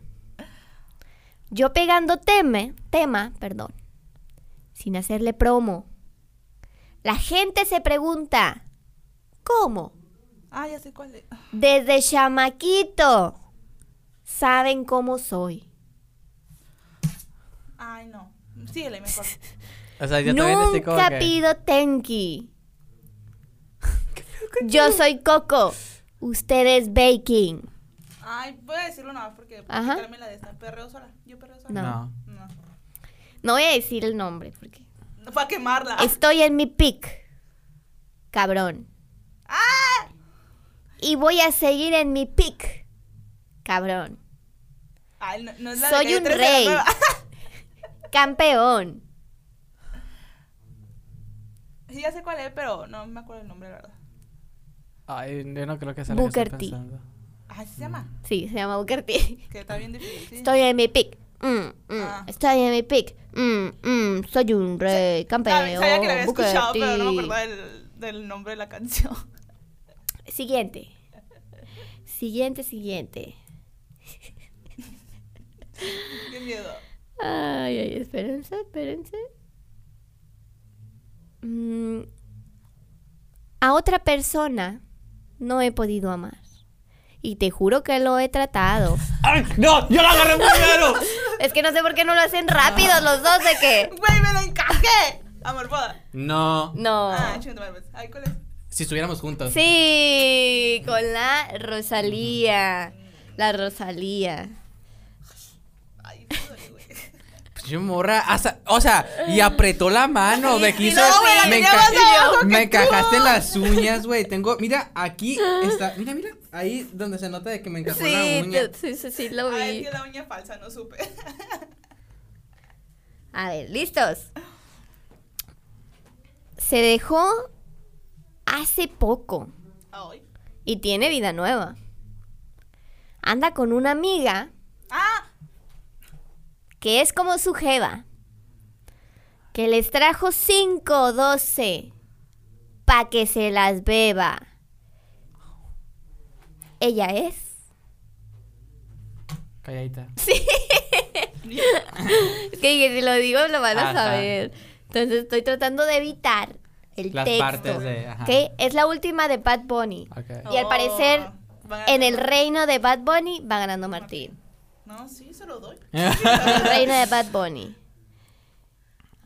[SPEAKER 3] Yo pegando tema, tema, perdón, sin hacerle promo. La gente se pregunta, ¿cómo?
[SPEAKER 4] ah, ya sé cuál es. Ah,
[SPEAKER 3] Desde chamaquito saben cómo soy.
[SPEAKER 4] Ay, no. Síguele mejor.
[SPEAKER 2] O sea, yo también estoy como
[SPEAKER 3] Nunca
[SPEAKER 2] que-
[SPEAKER 3] pido tenki. Yo soy Coco. Ustedes baking.
[SPEAKER 4] Ay, voy a decirlo nomás porque para
[SPEAKER 3] Ajá.
[SPEAKER 4] quitarme la de esta. Perreo sola. Yo perreo sola.
[SPEAKER 2] No.
[SPEAKER 4] No.
[SPEAKER 3] No voy a decir el nombre porque
[SPEAKER 4] No, para quemarla.
[SPEAKER 3] estoy en mi pick. Cabrón.
[SPEAKER 4] ¡Ah!
[SPEAKER 3] Y voy a seguir en mi pick. Cabrón.
[SPEAKER 4] Ay, no, no es la
[SPEAKER 3] Soy
[SPEAKER 4] de
[SPEAKER 3] un
[SPEAKER 4] Calle 13 de la
[SPEAKER 3] rey.
[SPEAKER 4] Nueva.
[SPEAKER 3] Campeón.
[SPEAKER 4] sí, ya sé cuál es, pero no me acuerdo el nombre, la verdad.
[SPEAKER 2] Ay, yo no creo que sea lo que
[SPEAKER 3] Booker
[SPEAKER 2] estoy
[SPEAKER 3] T.
[SPEAKER 2] pensando.
[SPEAKER 4] Ay, sí se llama.
[SPEAKER 3] Sí, se llama Booker T.
[SPEAKER 4] Que está bien difícil. Sí.
[SPEAKER 3] Estoy en mi pick. Mm, mm,
[SPEAKER 4] Ah.
[SPEAKER 3] Estoy en mi pick. Mm, mm, soy un rey.
[SPEAKER 4] Sabe-
[SPEAKER 3] Campeón.
[SPEAKER 4] Sabía que la había
[SPEAKER 3] Booker
[SPEAKER 4] escuchado,
[SPEAKER 3] T.
[SPEAKER 4] pero no me acordaba del, del nombre de la canción.
[SPEAKER 3] Siguiente. Siguiente, siguiente.
[SPEAKER 4] Qué miedo.
[SPEAKER 3] Ay, ay, espérense, espérense. mm, a otra persona no he podido amar. Y te juro que lo he tratado.
[SPEAKER 2] ¡Ay, no! ¡Yo la agarré primero!
[SPEAKER 3] Es que no sé por qué no lo hacen rápido los dos de que...
[SPEAKER 4] Güey, me la encajé. Amor, boda.
[SPEAKER 2] no.
[SPEAKER 3] No.
[SPEAKER 4] Ah, chingada, pues. Ay, ¿cuál es?
[SPEAKER 2] Si estuviéramos juntos.
[SPEAKER 3] Sí, con la Rosalía. La Rosalía.
[SPEAKER 4] Ay, me duele, güey.
[SPEAKER 2] Pues yo morra. hasta- o sea, y apretó la mano. me quiso.
[SPEAKER 4] no, güey, la
[SPEAKER 2] me
[SPEAKER 4] tenía más abajo que
[SPEAKER 2] me
[SPEAKER 4] tú.
[SPEAKER 2] encajaste las uñas, güey. Tengo. Mira, aquí está. Mira, mira. Ahí donde se nota de que me encajó la
[SPEAKER 3] Sí,
[SPEAKER 2] uña.
[SPEAKER 3] te- sí, sí, sí, lo
[SPEAKER 4] Ay, es
[SPEAKER 3] vi.
[SPEAKER 4] que la uña falsa, no supe.
[SPEAKER 3] A ver, listos. Se dejó hace poco
[SPEAKER 4] Ay.
[SPEAKER 3] y tiene vida nueva. Anda con una amiga
[SPEAKER 4] Ah,
[SPEAKER 3] que es como su jeva, que les trajo 5 o 12 pa' que se las beba. Ella es.
[SPEAKER 2] Calladita.
[SPEAKER 3] Es que dije, si lo digo lo van a
[SPEAKER 2] Ajá.
[SPEAKER 3] saber. Entonces estoy tratando de evitar el
[SPEAKER 2] Las
[SPEAKER 3] texto.
[SPEAKER 2] partes de- ajá.
[SPEAKER 3] ¿ok? Es la última de Bad Bunny.
[SPEAKER 2] Ok.
[SPEAKER 3] Y al parecer,
[SPEAKER 4] Van a-
[SPEAKER 3] En el reino de Bad Bunny va ganando Martín.
[SPEAKER 4] No, sí, se lo doy.
[SPEAKER 3] El
[SPEAKER 4] Oh.
[SPEAKER 3] reino de Bad Bunny.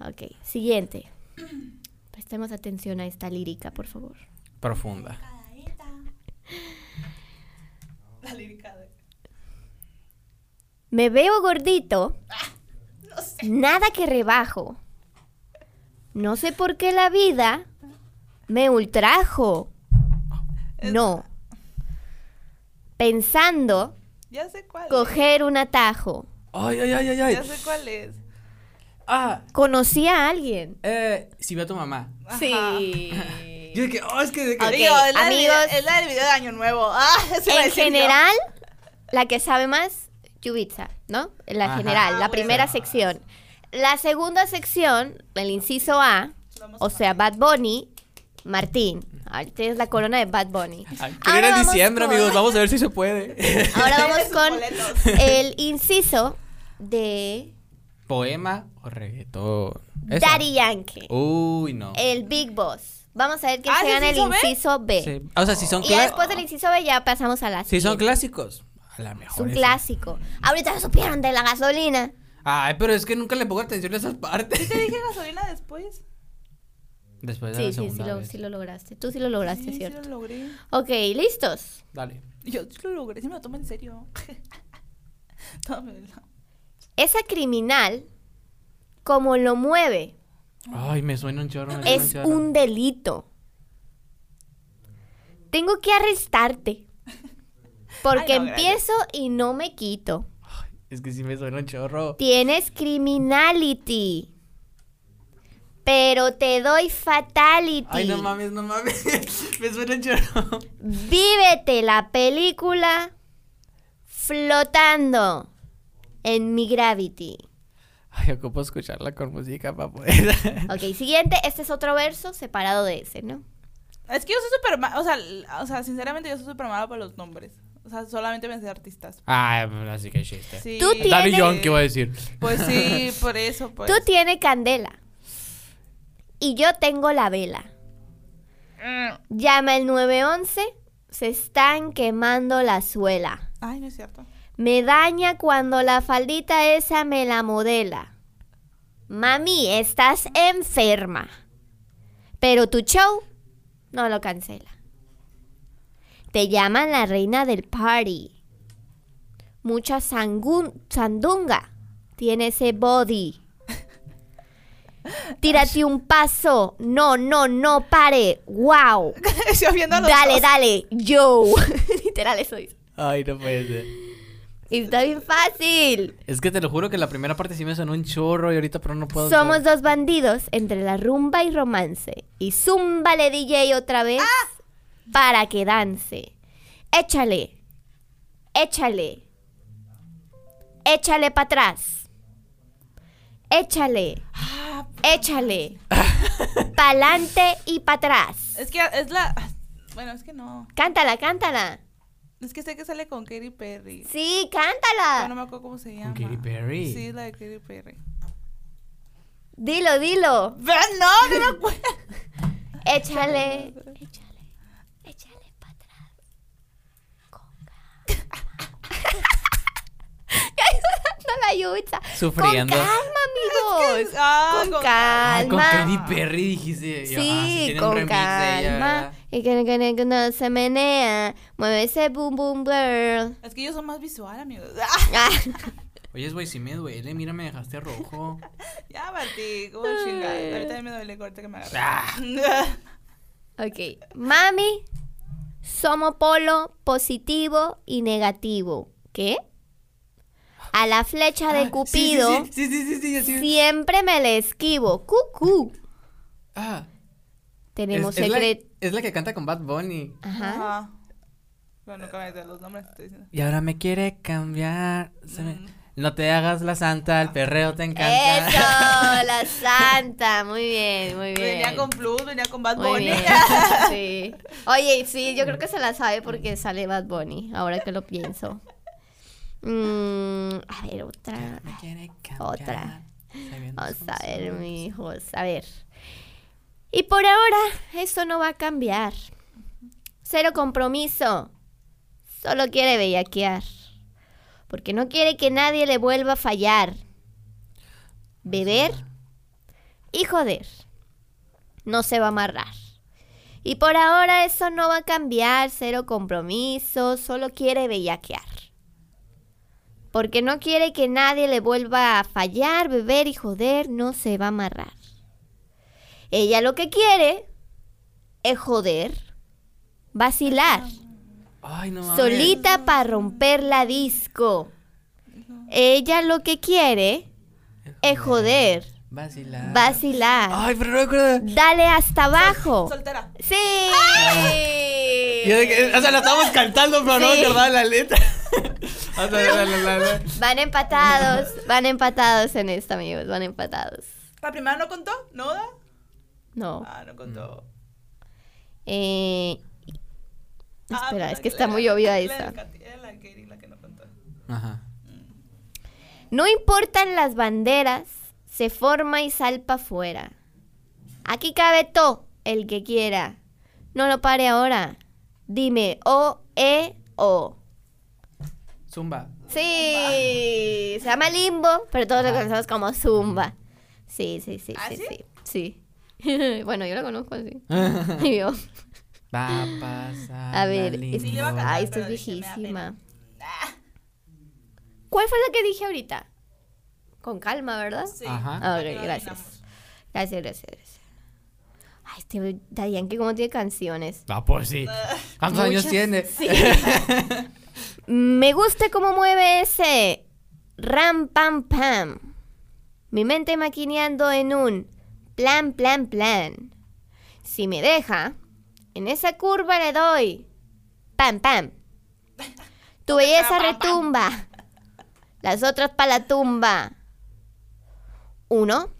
[SPEAKER 3] Ok, siguiente. Prestemos atención a esta lírica, por favor.
[SPEAKER 2] Profunda.
[SPEAKER 4] La lírica de.
[SPEAKER 3] Me veo gordito,
[SPEAKER 4] No sé.
[SPEAKER 3] nada que rebajo. No sé por qué la vida me ultrajo. No. Pensando
[SPEAKER 4] Ya sé cuál.
[SPEAKER 3] coger un atajo.
[SPEAKER 2] Ay, ay, ay, ay,
[SPEAKER 4] es.
[SPEAKER 2] ay.
[SPEAKER 4] Ya sé cuál es.
[SPEAKER 2] Ah,
[SPEAKER 3] Conocí a alguien.
[SPEAKER 2] eh, si veo a tu mamá.
[SPEAKER 4] Ajá.
[SPEAKER 2] Yo dije, oh, es que. de que-
[SPEAKER 3] Ok,
[SPEAKER 4] Digo, es la, del
[SPEAKER 3] amigos.
[SPEAKER 4] video- es la del video de Año Nuevo. Ah, eso iba a
[SPEAKER 3] En
[SPEAKER 4] decir yo.
[SPEAKER 3] general, la que sabe más, Yubitsa, ¿no? La
[SPEAKER 2] Ajá.
[SPEAKER 3] general,
[SPEAKER 4] Ah,
[SPEAKER 3] la
[SPEAKER 4] bueno.
[SPEAKER 3] primera sección. La segunda sección, el inciso A,
[SPEAKER 4] Vamos
[SPEAKER 3] o
[SPEAKER 4] a
[SPEAKER 3] sea, Bad Bunny, Martín. Ahorita es la corona de Bad Bunny.
[SPEAKER 2] Ay, Ah, que
[SPEAKER 3] Ahora
[SPEAKER 2] viene
[SPEAKER 3] vamos
[SPEAKER 2] diciembre,
[SPEAKER 3] con-
[SPEAKER 2] amigos. Vamos a ver si se puede.
[SPEAKER 3] Ahora vamos
[SPEAKER 4] Tiene sus boletos.
[SPEAKER 3] con el inciso de
[SPEAKER 2] Poema o reggaetón. Esa. Uh.
[SPEAKER 3] Daddy Yankee,
[SPEAKER 2] Uy, no.
[SPEAKER 3] el Big Boss. Vamos a ver quién
[SPEAKER 4] Ah,
[SPEAKER 3] se
[SPEAKER 4] ¿es
[SPEAKER 3] gana el
[SPEAKER 4] inciso B?
[SPEAKER 3] inciso B.
[SPEAKER 2] Sí. O sea, si son
[SPEAKER 3] Y ya
[SPEAKER 2] cla-
[SPEAKER 3] después del inciso B ya pasamos a la
[SPEAKER 2] Si son
[SPEAKER 3] siguiente.
[SPEAKER 2] clásicos. A la mejor.
[SPEAKER 3] Es un
[SPEAKER 2] esa.
[SPEAKER 3] clásico. Ahorita no supieron de la gasolina.
[SPEAKER 2] Ay, pero es que nunca le pongo atención a esas partes.
[SPEAKER 4] ¿Sí te dije gasolina después?
[SPEAKER 2] Después de
[SPEAKER 3] Sí,
[SPEAKER 2] la
[SPEAKER 3] sí, sí
[SPEAKER 2] segunda
[SPEAKER 3] lo,
[SPEAKER 2] vez.
[SPEAKER 3] sí lo lograste. Tú sí lo lograste,
[SPEAKER 4] sí,
[SPEAKER 3] ¿cierto?
[SPEAKER 4] sí lo logré.
[SPEAKER 3] Ok, listos.
[SPEAKER 2] Dale.
[SPEAKER 4] Yo sí lo logré, sí me lo tomo en serio. Tómelo.
[SPEAKER 3] Esa criminal, como lo mueve,
[SPEAKER 2] Ay, me suena un chorro. me suena
[SPEAKER 3] es
[SPEAKER 2] chorro.
[SPEAKER 3] un delito. Tengo que arrestarte. Porque
[SPEAKER 4] Ay, no,
[SPEAKER 3] empiezo y no me quito.
[SPEAKER 2] Es que sí me suena un chorro.
[SPEAKER 3] Tienes criminality. Pero te doy fatality.
[SPEAKER 2] Ay, no mames, no mames. me suena un chorro.
[SPEAKER 3] Vívete la película flotando en mi gravity.
[SPEAKER 2] Ay, ocupo escucharla con música para poder.
[SPEAKER 3] Ok, siguiente. Este es otro verso separado de ese, ¿no?
[SPEAKER 4] Es que yo soy súper mala. O sea, l- o sea, sinceramente, yo soy súper mala para los nombres. O sea, solamente me sé artistas.
[SPEAKER 2] Ay, Ah, así que chiste.
[SPEAKER 4] Sí.
[SPEAKER 3] Tú tienes-
[SPEAKER 2] Daddy Yankee va a decir.
[SPEAKER 4] Pues sí, por eso, pues.
[SPEAKER 3] Tú tienes candela. Y yo tengo la vela.
[SPEAKER 4] Mm.
[SPEAKER 3] Llama el 911. Se están quemando la suela.
[SPEAKER 4] Ay, no es cierto.
[SPEAKER 3] Me daña cuando la faldita esa me la modela. Mami, estás enferma. Pero tu show no lo cancela. Te llaman la reina del party. Mucha sangun- sandunga tiene ese body. Tírate un paso. No, no, no pare. Wow.
[SPEAKER 4] yo viendo a los
[SPEAKER 3] Dale,
[SPEAKER 4] dos.
[SPEAKER 3] dale. Yo. Literal eso dice.
[SPEAKER 2] Ay, no puede ser.
[SPEAKER 3] Y está bien fácil.
[SPEAKER 2] Es que te lo juro que la primera parte sí me sonó un chorro y ahorita pero no puedo.
[SPEAKER 3] Somos dos bandidos entre la rumba y romance. Y zúmbale DJ otra vez para que dance. Échale. Échale. Échale para atrás. Échale.
[SPEAKER 4] Ah,
[SPEAKER 3] Échale. Pa'lante y para atrás.
[SPEAKER 4] es que es la. Bueno, es que no.
[SPEAKER 3] Cántala, cántala.
[SPEAKER 4] Es que sé que sale con Katy Perry.
[SPEAKER 3] Sí,
[SPEAKER 4] Pero no
[SPEAKER 3] cántala.
[SPEAKER 4] me acuerdo cómo se
[SPEAKER 2] ¿Con
[SPEAKER 4] llama.
[SPEAKER 2] Katy Perry?
[SPEAKER 4] Sí, la de Katy Perry.
[SPEAKER 3] Dilo, dilo.
[SPEAKER 4] Vean, no, no me acuerdo.
[SPEAKER 3] Échale. Échale. Échale para atrás. Con calma. Ayudando la yucha.
[SPEAKER 2] Sufriendo.
[SPEAKER 3] Con calma, amigos.
[SPEAKER 4] Ah,
[SPEAKER 3] Con
[SPEAKER 4] con-
[SPEAKER 2] Ay,
[SPEAKER 3] calma.
[SPEAKER 2] Con Katy Perry dijiste. yo, ah,
[SPEAKER 3] Sí,
[SPEAKER 2] tiene un
[SPEAKER 3] con
[SPEAKER 2] remix de ella,
[SPEAKER 3] calma.
[SPEAKER 2] ¿verdad?
[SPEAKER 3] Y que, que- que no se menea. Mueve ese boom boom girl.
[SPEAKER 4] Es que yo soy más visual, amigos. Ah,
[SPEAKER 3] Ah,
[SPEAKER 2] Oye, güey, si me duele, mira, me dejaste rojo.
[SPEAKER 4] ya, Martí, como chingada. Ahorita ya me duele el corte que me agarré.
[SPEAKER 3] ok. Mami, somos polo positivo y negativo. ¿Qué? A la flecha Ah, de Cupido
[SPEAKER 2] Ah, Sí, sí, sí, sí, sí, sí, así.
[SPEAKER 3] siempre me le esquivo. Cucú.
[SPEAKER 2] Ah, es,
[SPEAKER 3] Tenemos
[SPEAKER 2] es la, Ah,
[SPEAKER 3] secreto.
[SPEAKER 2] es la que canta con Bad Bunny.
[SPEAKER 3] Ajá.
[SPEAKER 4] Ajá. Bueno, nunca me de los nombres, estoy diciendo.
[SPEAKER 2] Y ahora me quiere cambiar. se me-
[SPEAKER 3] Mm.
[SPEAKER 2] No te hagas la santa, el perreo te encanta.
[SPEAKER 3] Eso, la santa. Muy bien, muy bien.
[SPEAKER 4] Venía con Plus, venía con Bad
[SPEAKER 3] Muy
[SPEAKER 4] Bunny.
[SPEAKER 3] bien, sí. Oye, sí, yo creo que se la sabe porque sale Bad Bunny, ahora que lo pienso. Mm, a ver, otra.
[SPEAKER 2] Me quiere cambiar.
[SPEAKER 3] Otra.
[SPEAKER 2] sabiendo
[SPEAKER 3] Vamos
[SPEAKER 2] sus
[SPEAKER 3] a ver,
[SPEAKER 2] ojos.
[SPEAKER 3] mijos, a ver. Y por ahora, esto no va a cambiar. Cero compromiso. Solo quiere bellaquear. Porque no quiere que nadie le vuelva a fallar. Beber y joder. No se va a amarrar. Y por ahora eso no va a cambiar. Cero compromiso. Solo quiere bellaquear porque no quiere que nadie le vuelva a fallar, beber y joder, no se va a amarrar. Ella lo que quiere es joder, vacilar,
[SPEAKER 2] Ay, Ah, no mames.
[SPEAKER 3] solita para romper la disco. Ella lo que quiere es joder,
[SPEAKER 2] Vacilar.
[SPEAKER 3] vacilar,
[SPEAKER 2] Ay, pero no me acuerdo.
[SPEAKER 3] dale hasta abajo.
[SPEAKER 4] Soltera.
[SPEAKER 3] Sí.
[SPEAKER 2] Ah. Yo de que- o sea, la estábamos cantando, pero no me
[SPEAKER 3] Sí.
[SPEAKER 2] acordaba la letra. O sea, la, la, la, la.
[SPEAKER 3] Van empatados, van empatados en esto, amigos, van empatados.
[SPEAKER 4] ¿La primera no contó? ¿No? da?
[SPEAKER 3] No.
[SPEAKER 4] Ah, no contó.
[SPEAKER 3] Mm. Eh,
[SPEAKER 4] Ah,
[SPEAKER 3] espera,
[SPEAKER 4] pues
[SPEAKER 3] es que
[SPEAKER 4] la-
[SPEAKER 3] está
[SPEAKER 4] la-
[SPEAKER 3] muy obvia
[SPEAKER 4] la-
[SPEAKER 3] esa.
[SPEAKER 4] La era la Katie la que no contó.
[SPEAKER 2] Ajá.
[SPEAKER 3] No importan las banderas, se forma y salpa afuera. Aquí cabe todo, el que quiera. No lo pare ahora. Dime, O, E, O.
[SPEAKER 2] Zumba.
[SPEAKER 3] Sí, se llama limbo, pero todos lo conocemos como zumba. Sí, sí, sí,
[SPEAKER 4] ¿Ah,
[SPEAKER 3] sí,
[SPEAKER 4] sí?
[SPEAKER 3] sí. Sí. bueno, yo lo conozco así. Y yo,
[SPEAKER 2] Va a pasar.
[SPEAKER 3] a ver,
[SPEAKER 2] la
[SPEAKER 3] es-
[SPEAKER 4] Sí, le va a cantar,
[SPEAKER 3] ay, esto es
[SPEAKER 4] pero dije, me da Ah.
[SPEAKER 3] viejísima. ¿Cuál fue la que dije ahorita? Con calma, ¿verdad?
[SPEAKER 4] Sí.
[SPEAKER 2] Ajá.
[SPEAKER 3] Ah, ok,
[SPEAKER 4] Ya
[SPEAKER 3] gracias. Gracias, gracias, gracias. Ay, este Dayan, que como tiene canciones.
[SPEAKER 2] Ah, pues sí. ¿Cuántos años
[SPEAKER 3] Muchas-
[SPEAKER 2] tiene?
[SPEAKER 3] Sí. Me gusta cómo mueve ese ram pam pam. Mi mente maquineando en un plan, plan, plan. Si me deja, en esa curva le doy pam pam. Tu belleza retumba. Las otras para la tumba. Uno,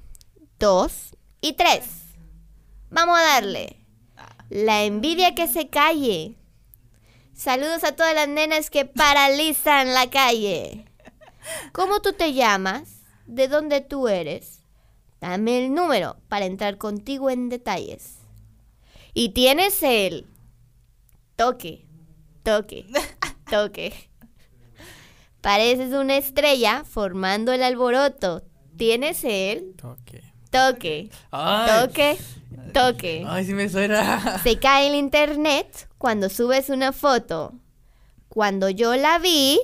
[SPEAKER 3] dos y tres. Vamos a darle. La envidia que se calle. Saludos a todas las nenas que paralizan la calle. ¿Cómo tú te llamas? ¿De dónde tú eres? Dame el número para entrar contigo en detalles. Y tienes el toque, toque, toque. Pareces una estrella formando el alboroto. Tienes el
[SPEAKER 2] Ok.
[SPEAKER 3] toque,
[SPEAKER 2] Ay,
[SPEAKER 3] toque, toque.
[SPEAKER 2] ay, sí me suena.
[SPEAKER 3] Se cae el internet cuando subes una foto. Cuando yo la vi,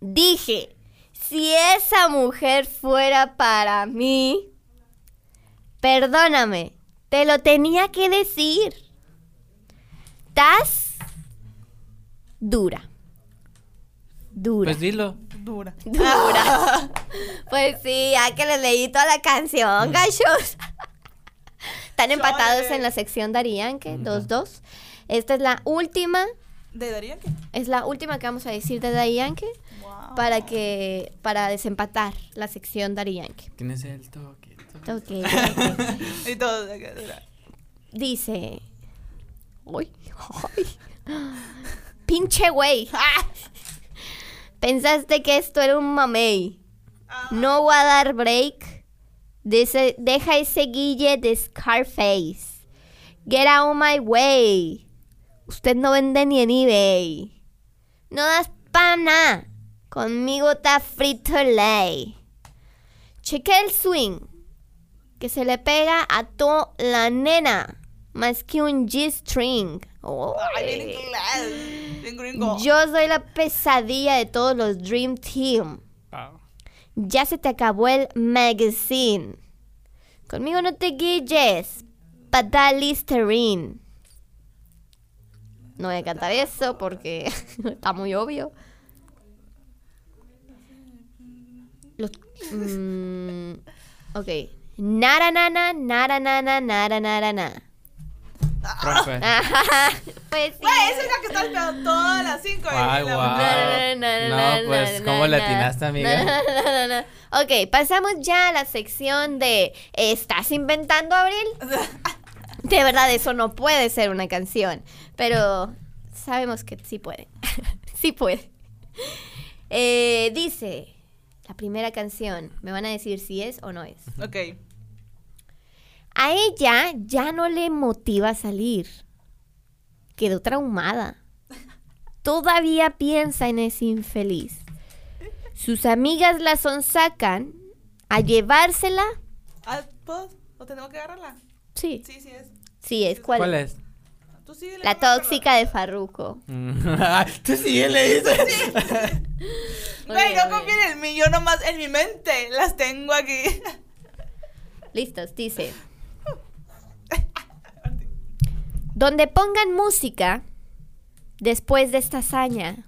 [SPEAKER 3] dije, si esa mujer fuera para mí, perdóname, te lo tenía que decir. Estás dura. Dura.
[SPEAKER 2] Pues dilo.
[SPEAKER 4] Dura.
[SPEAKER 3] Dura. Pues sí, ya que les leí toda la canción, gallos. Están empatados en la sección Darianque, 2-2. Esta es la última,
[SPEAKER 4] ¿De Darío qué?
[SPEAKER 3] es la última que vamos a decir de Darianque
[SPEAKER 4] Wow.
[SPEAKER 3] para que para desempatar la sección Darianque.
[SPEAKER 2] Tienes el toque. toque.
[SPEAKER 3] Ok.
[SPEAKER 4] Y todo. de que dura.
[SPEAKER 3] Dice. Uy, ay. Pinche güey. Ah. Pensaste que esto era un mamey. No voy a dar break. Dice, deja ese guille de Scarface. Get out my way. Usted no vende ni en eBay. No das pana. Conmigo está frito ley. Cheque el swing. Que se le pega a to la nena. Más que un G-string.
[SPEAKER 4] Ay, bien
[SPEAKER 3] Oy.
[SPEAKER 4] inglés. Bien gringo.
[SPEAKER 3] Eh, Yo soy la pesadilla de todos los Dream Team. Ya se te acabó el magazine. Conmigo no te guilles. Pata Listerine. No voy a cantar eso porque está muy obvio. Los, mm, ok. Nara nana, nara nana, nara nara na.
[SPEAKER 2] Rompe.
[SPEAKER 3] Ah, Pues sí.
[SPEAKER 4] Güey, esa es la que estás esperando todas las cinco. eh,
[SPEAKER 2] Guau,
[SPEAKER 4] la-
[SPEAKER 3] Na,
[SPEAKER 2] guau.
[SPEAKER 3] na, na, na,
[SPEAKER 2] No, pues,
[SPEAKER 3] na,
[SPEAKER 2] ¿cómo
[SPEAKER 3] na,
[SPEAKER 2] le atinaste,
[SPEAKER 3] na,
[SPEAKER 2] amiga?
[SPEAKER 3] na, na, na, na. Ok, pasamos ya a la sección de ¿Estás inventando, Abril? De verdad, eso no puede ser una canción, pero sabemos que sí puede. sí puede. Eh, dice, la primera canción, me van a decir si es o no es.
[SPEAKER 4] Ok.
[SPEAKER 3] A ella ya no le motiva salir. Quedó traumada. Todavía piensa en ese infeliz. Sus amigas la sonsacan a llevársela.
[SPEAKER 4] Ah, ¿Puedo? ¿O tenemos que agarrarla?
[SPEAKER 3] Sí.
[SPEAKER 4] Sí, sí es.
[SPEAKER 3] Sí, es cuál.
[SPEAKER 2] ¿Cuál es? Mm.
[SPEAKER 4] Tú sí,
[SPEAKER 3] La tóxica de Farruko.
[SPEAKER 2] Tú sí le dices.
[SPEAKER 3] Muy bien,
[SPEAKER 4] Güey, no
[SPEAKER 3] muy bien.
[SPEAKER 4] confíen en mí, yo nomás en mi mente las tengo aquí.
[SPEAKER 3] Listos, dice. Donde pongan música después de esta hazaña.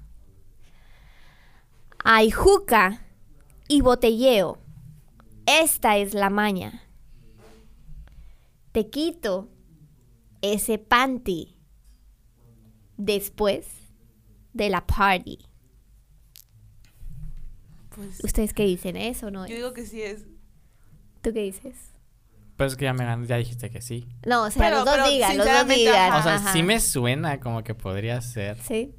[SPEAKER 3] Hay juca y botelleo. Esta es la maña. Te quito ese panty después de la party.
[SPEAKER 4] Pues
[SPEAKER 3] ¿Ustedes qué dicen? ¿Eso o no?
[SPEAKER 4] yo digo que sí es.
[SPEAKER 3] ¿Tú qué dices?
[SPEAKER 2] Pues es que ya me gan- ya dijiste que sí.
[SPEAKER 3] No, o sea,
[SPEAKER 4] Pero-
[SPEAKER 3] los dos
[SPEAKER 4] pero
[SPEAKER 3] digan, los dos
[SPEAKER 4] sinceramente,
[SPEAKER 3] digan.
[SPEAKER 4] ajá.
[SPEAKER 2] O sea,
[SPEAKER 3] ajá.
[SPEAKER 2] sí me suena como que podría ser.
[SPEAKER 3] Sí.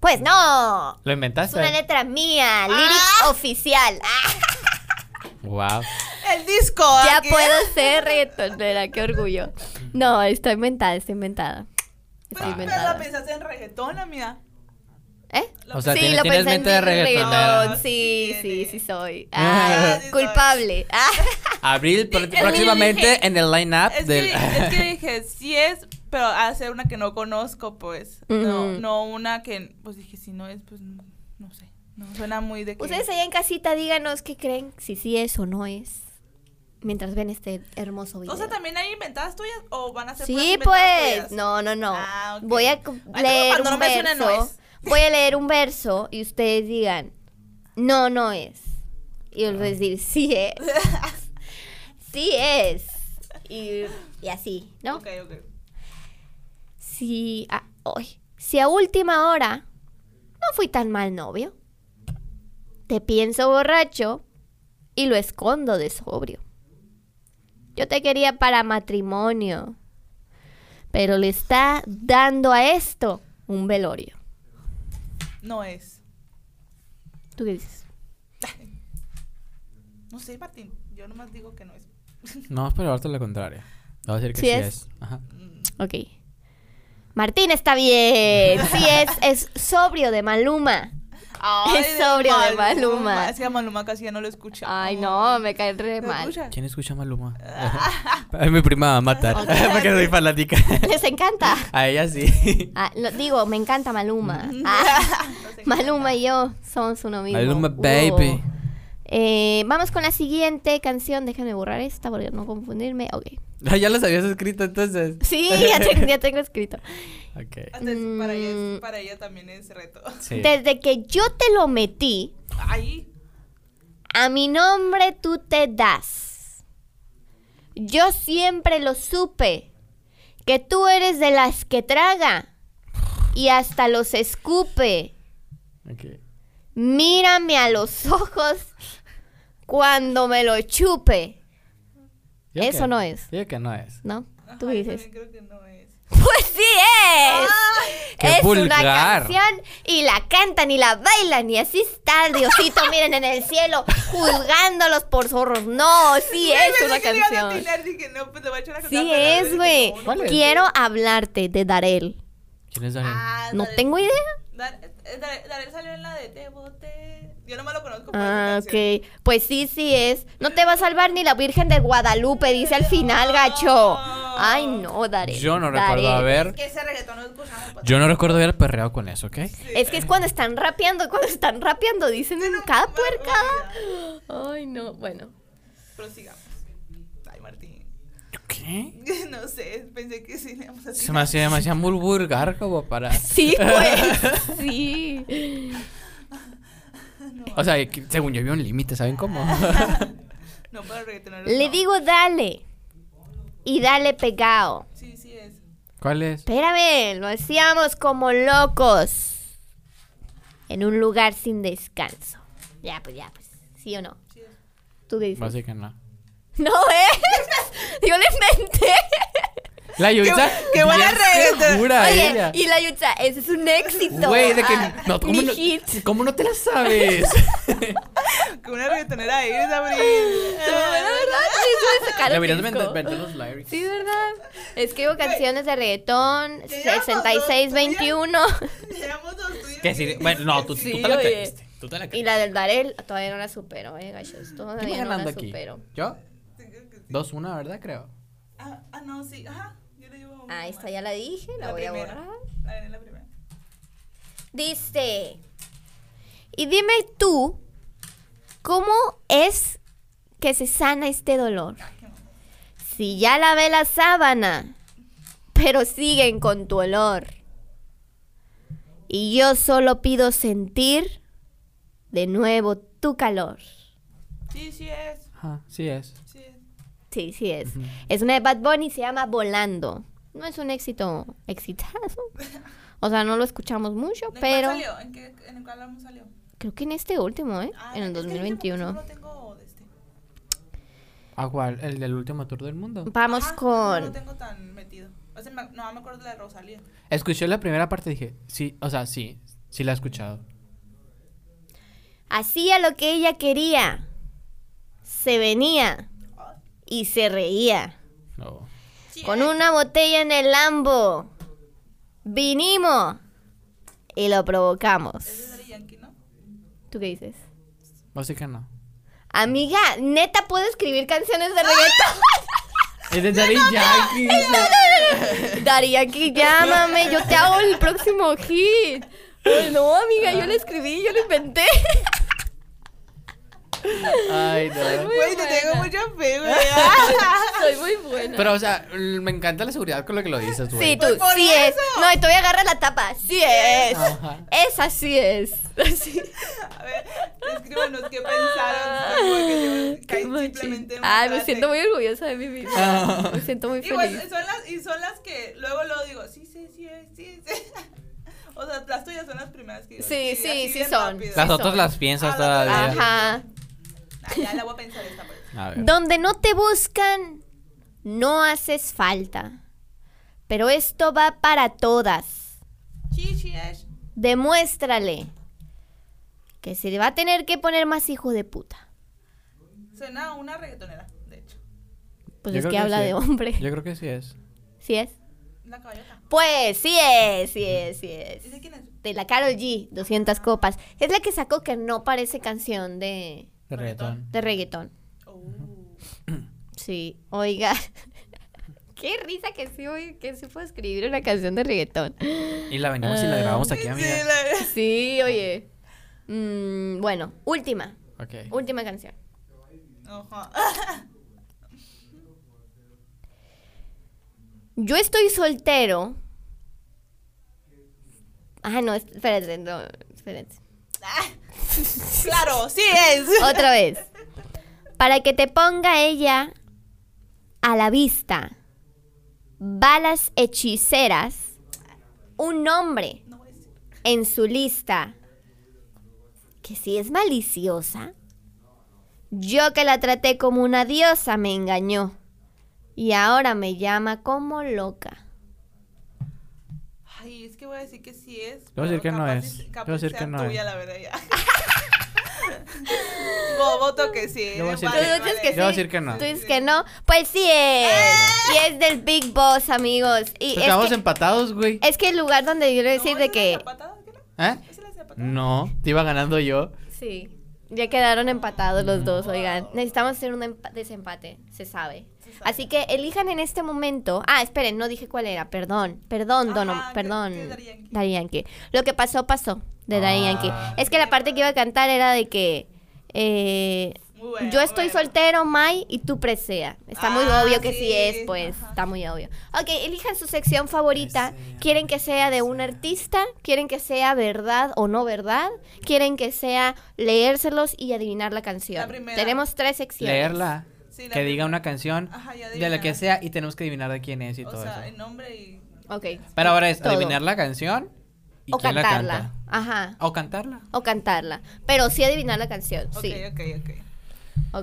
[SPEAKER 3] Pues no.
[SPEAKER 2] ¿Lo
[SPEAKER 3] Es una
[SPEAKER 2] inventaste?
[SPEAKER 3] letra
[SPEAKER 4] Ah.
[SPEAKER 3] mía, lyrics oficial. Ah,
[SPEAKER 2] Wow.
[SPEAKER 4] El disco.
[SPEAKER 3] ya
[SPEAKER 4] aquí.
[SPEAKER 3] puedo ser reggaetonera, qué orgullo. No, está inventada, está inventada.
[SPEAKER 4] Pues,
[SPEAKER 3] Está
[SPEAKER 4] Pero,
[SPEAKER 3] inventada.
[SPEAKER 4] la pensaste en reggaetón, amiga.
[SPEAKER 3] ¿Eh?
[SPEAKER 2] O sea,
[SPEAKER 3] sí,
[SPEAKER 2] tienes,
[SPEAKER 3] lo
[SPEAKER 2] tienes
[SPEAKER 3] pensé en
[SPEAKER 2] mente de reggaetonera.
[SPEAKER 3] reggaetón. Sí,
[SPEAKER 4] Sí,
[SPEAKER 3] sí,
[SPEAKER 4] tiene.
[SPEAKER 3] sí soy. Ah,
[SPEAKER 4] Ah, sí soy.
[SPEAKER 3] culpable. Ah,
[SPEAKER 2] Abril pr-
[SPEAKER 4] Es que
[SPEAKER 2] próximamente en el line-up
[SPEAKER 4] Es,
[SPEAKER 2] Ah, del...
[SPEAKER 4] que, es que dije, sí es, pero hacer una que no conozco, pues.
[SPEAKER 3] Ujú.
[SPEAKER 4] No, no una que, pues dije, si no es, pues no, no sé. No, suena muy de que...
[SPEAKER 3] Ustedes allá en casita díganos qué creen, si sí es o no es. Mientras ven este hermoso video.
[SPEAKER 4] O sea, ¿también hay inventadas tuyas o van a ser puras
[SPEAKER 3] Sí,
[SPEAKER 4] inventadas
[SPEAKER 3] pues.
[SPEAKER 4] tuyas?
[SPEAKER 3] No, no, no.
[SPEAKER 4] Ah, ok.
[SPEAKER 3] Voy a cu-
[SPEAKER 4] Ay,
[SPEAKER 3] leer
[SPEAKER 4] cuando
[SPEAKER 3] un
[SPEAKER 4] no me suena,
[SPEAKER 3] verso.
[SPEAKER 4] no es.
[SPEAKER 3] Voy a leer un verso y ustedes digan, no, no es. Y yo les voy a decir, sí es. sí es. Y, y así, ¿no?
[SPEAKER 4] Ok, ok.
[SPEAKER 3] Si, a, ay, si a última hora no fui tan mal novio, te pienso borracho y lo escondo de sobrio. Yo te quería para matrimonio, pero le está dando a esto un velorio.
[SPEAKER 4] No es.
[SPEAKER 3] ¿Tú qué dices?
[SPEAKER 4] No sé, Martín. Yo nomás digo que no es.
[SPEAKER 2] No, pero ahorita lo contrario. Voy a decir que
[SPEAKER 3] Sí
[SPEAKER 2] sí,
[SPEAKER 3] es.
[SPEAKER 2] es. Ajá.
[SPEAKER 3] Ok. Martín está bien. Sí, es, es sobrio de Maluma. Es
[SPEAKER 4] de
[SPEAKER 3] sobrio de Maluma.
[SPEAKER 4] Es que a Maluma casi ya no lo escucha.
[SPEAKER 3] Ay, no, me cae re
[SPEAKER 4] ¿Lo
[SPEAKER 3] mal.
[SPEAKER 4] escucha?
[SPEAKER 2] ¿Quién escucha a Maluma? es mi prima va a matar.
[SPEAKER 3] Ok.
[SPEAKER 2] porque soy fanática.
[SPEAKER 3] Les encanta.
[SPEAKER 2] a ella sí.
[SPEAKER 3] Ah, lo- digo, me encanta Maluma. Ah, Maluma y yo somos uno mismo.
[SPEAKER 2] Maluma
[SPEAKER 3] Wow.
[SPEAKER 2] baby.
[SPEAKER 3] Eh, vamos con la siguiente canción. Déjame borrar esta porque no confundirme. Ok.
[SPEAKER 2] ya las habías escrito entonces.
[SPEAKER 3] Sí, ya, te- ya tengo escrito.
[SPEAKER 2] Ok.
[SPEAKER 4] Hasta es- para, ella es-
[SPEAKER 3] Mm.
[SPEAKER 4] para ella también es reto.
[SPEAKER 2] Sí.
[SPEAKER 3] Desde que yo te lo metí,
[SPEAKER 4] Ay,
[SPEAKER 3] a mi nombre tú te das. Yo siempre lo supe, que tú eres de las que traga y hasta los escupe.
[SPEAKER 2] Ok.
[SPEAKER 3] Mírame a los ojos cuando me lo chupe.
[SPEAKER 2] Yo
[SPEAKER 3] Eso
[SPEAKER 2] que-
[SPEAKER 3] no es.
[SPEAKER 2] Yo que no es.
[SPEAKER 3] ¿No?
[SPEAKER 4] Ajá,
[SPEAKER 3] Tú
[SPEAKER 4] yo
[SPEAKER 3] dices.
[SPEAKER 4] también creo que no es.
[SPEAKER 3] Pues sí es.
[SPEAKER 2] ¡Qué
[SPEAKER 3] es una
[SPEAKER 2] vulgar!
[SPEAKER 3] canción y la cantan y la bailan y así está Diosito, miren en el cielo, juzgándolos por zorros. No, sí es
[SPEAKER 4] Pensé
[SPEAKER 3] una
[SPEAKER 4] que le iban a
[SPEAKER 3] canción.
[SPEAKER 4] atinar, dije, no, pues le voy a echar a
[SPEAKER 3] Sí
[SPEAKER 4] cantar, pero dije,
[SPEAKER 3] es,
[SPEAKER 4] no,
[SPEAKER 3] güey.
[SPEAKER 4] no.
[SPEAKER 2] ¿Cuál es?
[SPEAKER 3] Quiero hablarte de Darel.
[SPEAKER 2] ¿Quién es Daniel?
[SPEAKER 4] Ah,
[SPEAKER 3] No
[SPEAKER 4] Darel-
[SPEAKER 3] tengo idea.
[SPEAKER 4] Dar- eh, Darel Darel salió en la de Te boté. Yo nomás lo conozco por
[SPEAKER 3] Ah,
[SPEAKER 4] esa canción.
[SPEAKER 3] ok. Pues sí, sí es. No te va a salvar ni la Virgen de Guadalupe, dice al final, gacho. Ay, no, Darel.
[SPEAKER 2] Yo no
[SPEAKER 3] Darel.
[SPEAKER 2] recuerdo haber.
[SPEAKER 4] Que ese reggaetón no escuchamos. pues.
[SPEAKER 2] Yo no recuerdo haber perreado con eso, ¿ok?
[SPEAKER 3] Es que es cuando están rapeando, y cuando están rapeando dicen en cada puercada. Ay, no, bueno.
[SPEAKER 4] Prosigamos. Ay, Martín.
[SPEAKER 2] ¿Qué?
[SPEAKER 4] No sé, pensé que sí le íbamos a
[SPEAKER 2] Se me
[SPEAKER 4] atinar.
[SPEAKER 2] hacía demasiado muy vulgar como para.
[SPEAKER 3] Sí, pues. Sí.
[SPEAKER 2] O sea, que- según yo había un límite, ¿saben cómo?
[SPEAKER 4] No, para reggaetoneros.
[SPEAKER 3] Le
[SPEAKER 4] no.
[SPEAKER 3] digo dale. Y dale pegado.
[SPEAKER 4] Sí, sí es.
[SPEAKER 2] ¿Cuál es?
[SPEAKER 3] Espérame, lo hacíamos como locos. En un lugar sin descanso. Ya, pues, ya, pues. ¿Sí o no?
[SPEAKER 4] Sí es.
[SPEAKER 3] ¿Tú qué dices?
[SPEAKER 2] Así que no.
[SPEAKER 3] No es. Yo le inventé.
[SPEAKER 2] La Yulitza.
[SPEAKER 4] qué buena
[SPEAKER 2] bien
[SPEAKER 4] reggaetón.
[SPEAKER 2] segura
[SPEAKER 3] Oye,
[SPEAKER 2] Ah, ella.
[SPEAKER 3] y la Yutza, ese es un éxito.
[SPEAKER 2] Güey, de que.
[SPEAKER 3] Ah,
[SPEAKER 2] no, ¿cómo,
[SPEAKER 3] mi
[SPEAKER 2] no,
[SPEAKER 3] hit.
[SPEAKER 2] ¿Cómo no te la sabes?
[SPEAKER 4] Que una reggaetonera Ah, es, Abril.
[SPEAKER 3] No, la verdad, sí, sí, le sacaron
[SPEAKER 2] Deberías
[SPEAKER 3] disco.
[SPEAKER 2] vender vender los lyrics.
[SPEAKER 3] Sí, ¿verdad? Escribo canciones de reggaetón,
[SPEAKER 4] Te llamas
[SPEAKER 3] 6621
[SPEAKER 4] Llevamos dos tuyos.
[SPEAKER 2] Que sí, bueno, no, tú,
[SPEAKER 3] Sí,
[SPEAKER 2] tú te la
[SPEAKER 3] oye.
[SPEAKER 2] creíste. Tú te la
[SPEAKER 3] y
[SPEAKER 2] creíste.
[SPEAKER 3] la del Darel todavía no la supero, eh, gachos,
[SPEAKER 2] ¿Quién va
[SPEAKER 3] todavía no
[SPEAKER 2] ganando
[SPEAKER 3] la
[SPEAKER 2] aquí?
[SPEAKER 3] supero.
[SPEAKER 2] ¿Yo? Dos, una, ¿verdad? Creo.
[SPEAKER 4] Ah, ah, no, sí. Ajá. Yo le llevo una
[SPEAKER 3] Ah, esta
[SPEAKER 4] más.
[SPEAKER 3] ya la dije, la,
[SPEAKER 4] La
[SPEAKER 3] voy
[SPEAKER 4] primera.
[SPEAKER 3] a borrar.
[SPEAKER 4] La gané la primera.
[SPEAKER 3] Dice, y dime tú, ¿cómo es que se sana este dolor? Si ya lavé la sábana, pero siguen con tu olor. Y yo solo pido sentir de nuevo tu calor.
[SPEAKER 4] Sí, sí es.
[SPEAKER 2] Ajá, sí es.
[SPEAKER 4] Sí es.
[SPEAKER 3] Sí, sí es. Es una de Bad Bunny, se llama Volando. No es un éxito exitazo. O sea, no lo escuchamos mucho,
[SPEAKER 4] ¿De
[SPEAKER 3] pero...
[SPEAKER 4] cuál salió? ¿En, qué, ¿En cuál álbum salió?
[SPEAKER 3] Creo que en este último, ¿eh?
[SPEAKER 4] Ah,
[SPEAKER 3] en el
[SPEAKER 4] es que último
[SPEAKER 3] 2021.
[SPEAKER 4] solo tengo de este.
[SPEAKER 2] ¿A Ah, cuál? ¿El del último tour del mundo?
[SPEAKER 3] Vamos
[SPEAKER 4] Ajá,
[SPEAKER 3] con...
[SPEAKER 4] Ah, No lo tengo tan metido. O sea, me- no me acuerdo de la de Rosalía.
[SPEAKER 2] Escuché la primera parte y dije, sí, o sea, sí, sí la he escuchado.
[SPEAKER 3] Hacía lo que ella quería. Se venía. Y se reía.
[SPEAKER 2] No.
[SPEAKER 4] Sí
[SPEAKER 3] Con
[SPEAKER 4] es.
[SPEAKER 3] una botella en el lambo. Vinimos. Y lo
[SPEAKER 4] Ese es
[SPEAKER 3] provocamos.
[SPEAKER 4] Daddy Yankee, ¿no?
[SPEAKER 3] ¿Tú qué dices?
[SPEAKER 2] Así que no.
[SPEAKER 3] Amiga, neta puedo escribir canciones de reggaetón.
[SPEAKER 2] Es de Daddy Yankee.
[SPEAKER 3] Daría aquí, llámame, yo te hago el próximo hit. Ay, no, amiga, yo lo escribí, yo lo inventé.
[SPEAKER 2] Ay, no.
[SPEAKER 3] Muy
[SPEAKER 4] Güey, te
[SPEAKER 3] buena.
[SPEAKER 4] tengo mucha fe, güey.
[SPEAKER 3] Soy muy buena.
[SPEAKER 2] Pero, o sea, l- me encanta la seguridad con lo que lo dices, güey.
[SPEAKER 3] Sí, tú,
[SPEAKER 4] Pues por
[SPEAKER 3] sí es.
[SPEAKER 4] eso.
[SPEAKER 3] No, y todavía agarra la tapa. Sí es.
[SPEAKER 2] Ajá.
[SPEAKER 3] Esa sí es. Así. Ah,
[SPEAKER 4] A ver, escríbanos qué pensaron. Porque
[SPEAKER 3] Qué machín.
[SPEAKER 4] simplemente en un
[SPEAKER 3] Ay, me
[SPEAKER 4] frase.
[SPEAKER 3] siento muy orgullosa de mi
[SPEAKER 2] Ah.
[SPEAKER 3] vida. Me siento muy
[SPEAKER 4] Y, bueno,
[SPEAKER 3] feliz.
[SPEAKER 4] son las, y son las que luego lo digo, sí, sí, sí, sí, sí. O sea, las tuyas son las primeras que digo.
[SPEAKER 3] Sí, sí,
[SPEAKER 4] así
[SPEAKER 3] sí
[SPEAKER 4] bien
[SPEAKER 3] son.
[SPEAKER 4] rápido.
[SPEAKER 2] Las
[SPEAKER 3] Sí,
[SPEAKER 2] otras
[SPEAKER 3] son.
[SPEAKER 2] las piensas
[SPEAKER 4] Ah, las otras
[SPEAKER 2] todavía.
[SPEAKER 3] Ajá.
[SPEAKER 4] Ah, ya la voy a pensar esta pues.
[SPEAKER 2] A ver.
[SPEAKER 3] Donde no te buscan, no haces falta. Pero esto va para todas.
[SPEAKER 4] Sí, sí, es.
[SPEAKER 3] Demuéstrale que se le va a tener que poner más hijo de puta.
[SPEAKER 4] Suena a una reggaetonera, de hecho.
[SPEAKER 3] Pues
[SPEAKER 2] Yo
[SPEAKER 3] es
[SPEAKER 2] creo
[SPEAKER 3] que,
[SPEAKER 2] que
[SPEAKER 3] habla
[SPEAKER 2] sí.
[SPEAKER 3] de hombre.
[SPEAKER 2] Yo creo que sí es.
[SPEAKER 3] ¿Sí es?
[SPEAKER 4] La caballota.
[SPEAKER 3] Pues sí es, sí es, sí es.
[SPEAKER 4] ¿Dice quién es?
[SPEAKER 3] de la Carol G, 200 copas. Es la que sacó que no parece canción de,
[SPEAKER 2] De reggaetón.
[SPEAKER 3] de reggaetón.
[SPEAKER 4] Oh.
[SPEAKER 3] Sí, oiga. Qué risa que sí, oye, que sí puedo escribir una canción de reggaetón.
[SPEAKER 2] Y la venimos y la grabamos aquí, amiga.
[SPEAKER 4] Sí, la-
[SPEAKER 3] Ah. Sí, oye. Mm, bueno, última,
[SPEAKER 2] Ok. Pues
[SPEAKER 3] última canción.
[SPEAKER 4] Ajá.
[SPEAKER 3] Yo estoy soltero. Ah, no, espérate, no, espérate.
[SPEAKER 4] Claro, sí es.
[SPEAKER 3] Otra vez. Para que te ponga ella a la vista. Balas hechiceras. Un nombre
[SPEAKER 4] No voy a decir.
[SPEAKER 3] en su lista. Que si es maliciosa. Yo que la traté como una diosa me engañó. Y ahora me llama como loca.
[SPEAKER 4] Ay, es que voy a decir que sí es.
[SPEAKER 2] Yo voy a decir
[SPEAKER 4] pero
[SPEAKER 2] que no
[SPEAKER 4] capaz
[SPEAKER 2] es.
[SPEAKER 4] y-
[SPEAKER 2] Yo voy a
[SPEAKER 4] capaz
[SPEAKER 2] decir
[SPEAKER 4] sea
[SPEAKER 2] que no es.
[SPEAKER 4] tuya, la verdad, ya. Vo- voto que sí.
[SPEAKER 2] Yo voy a decir
[SPEAKER 3] Tú
[SPEAKER 2] Vale,
[SPEAKER 3] dices que sí.
[SPEAKER 2] Yo voy a decir que no.
[SPEAKER 3] Tú dices que no. Pues sí es. Y es del Big Boss, amigos. Y
[SPEAKER 2] Pues
[SPEAKER 3] es
[SPEAKER 2] Acabamos
[SPEAKER 3] que,
[SPEAKER 2] empatados, güey.
[SPEAKER 3] es que el lugar donde yo le
[SPEAKER 4] ¿No?
[SPEAKER 3] decir de
[SPEAKER 4] ¿Esa
[SPEAKER 3] que.
[SPEAKER 4] ¿Es la zapatada? ¿Qué no?
[SPEAKER 2] ¿Eh?
[SPEAKER 4] ¿Esa ¿Es la zapatada?
[SPEAKER 2] No, te iba ganando yo.
[SPEAKER 3] Sí. Ya quedaron empatados los dos, oigan. Necesitamos hacer un empa- desempate, se sabe. Así que elijan en este momento. Ah, esperen, no dije cuál era. Perdón, perdón,
[SPEAKER 4] Ajá,
[SPEAKER 3] Dono,
[SPEAKER 4] que-
[SPEAKER 3] perdón.
[SPEAKER 4] que Daddy Yankee.
[SPEAKER 3] Daddy Yankee. Lo que pasó, pasó de Daddy
[SPEAKER 2] Ah.
[SPEAKER 3] Yankee. Es que la parte que iba a cantar era de que. eh,
[SPEAKER 4] Muy buena,
[SPEAKER 3] yo estoy
[SPEAKER 4] buena.
[SPEAKER 3] soltero, Mai, y tú presea. Está muy
[SPEAKER 4] Ah,
[SPEAKER 3] obvio que sí,
[SPEAKER 4] sí,
[SPEAKER 3] es, pues.
[SPEAKER 4] ajá.
[SPEAKER 3] Está muy obvio. Ok, elijan su sección favorita.
[SPEAKER 2] Presea,
[SPEAKER 3] ¿Quieren que sea de un
[SPEAKER 2] presea.
[SPEAKER 3] artista? artista, quieren que sea verdad o no verdad, quieren que sea leérselos y adivinar la canción.
[SPEAKER 4] La primera.
[SPEAKER 3] Tenemos tres secciones.
[SPEAKER 2] Leerla.
[SPEAKER 4] Sí, la
[SPEAKER 2] que
[SPEAKER 4] primera.
[SPEAKER 2] diga una canción
[SPEAKER 4] Ajá, y
[SPEAKER 2] de la que
[SPEAKER 4] adivinar.
[SPEAKER 2] sea y tenemos que adivinar de quién es y
[SPEAKER 4] O
[SPEAKER 2] todo
[SPEAKER 4] sea, el
[SPEAKER 2] eso.
[SPEAKER 4] nombre y.
[SPEAKER 3] Ok.
[SPEAKER 2] Pero ahora es
[SPEAKER 3] todo.
[SPEAKER 2] adivinar la canción y
[SPEAKER 3] o
[SPEAKER 2] quién
[SPEAKER 3] cantarla.
[SPEAKER 2] la canta.
[SPEAKER 3] Ajá.
[SPEAKER 2] O cantarla.
[SPEAKER 3] O cantarla. Pero sí adivinar la canción.
[SPEAKER 4] Ok,
[SPEAKER 3] Sí.
[SPEAKER 4] ok, ok.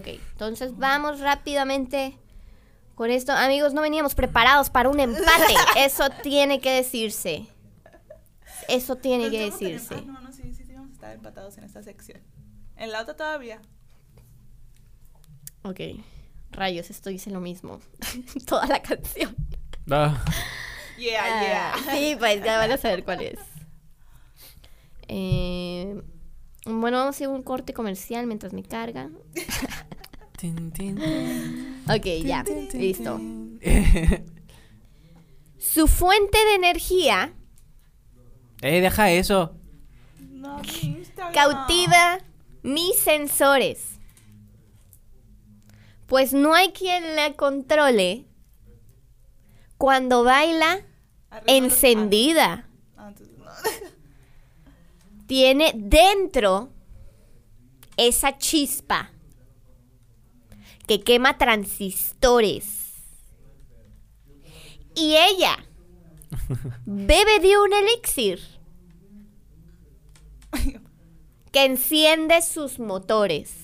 [SPEAKER 3] Ok. Entonces vamos rápidamente con esto. Amigos, no veníamos preparados para un empate. Eso tiene que decirse. Eso tiene que
[SPEAKER 4] Pensamos tener-
[SPEAKER 3] decirse.
[SPEAKER 4] Ah, no, no, sí, sí, sí, vamos a estar empatados en esta sección. En la otra todavía.
[SPEAKER 3] Ok. Rayos, esto dice lo mismo. Toda la canción.
[SPEAKER 4] Yeah, yeah.
[SPEAKER 3] Ah, Sí, pues ya van a saber cuál es. Eh, bueno, vamos a ir a un corte comercial mientras me carga. Ok, ya, listo. Su fuente de energía
[SPEAKER 2] eh, deja eso.
[SPEAKER 4] No, mi Instagram.
[SPEAKER 3] cautiva mis sensores. Pues no hay quien la controle cuando baila
[SPEAKER 4] Arriba los-
[SPEAKER 3] encendida.
[SPEAKER 4] Ah, entonces, no.
[SPEAKER 3] tiene dentro esa chispa que quema transistores. Y ella bebe de un elixir que enciende sus motores.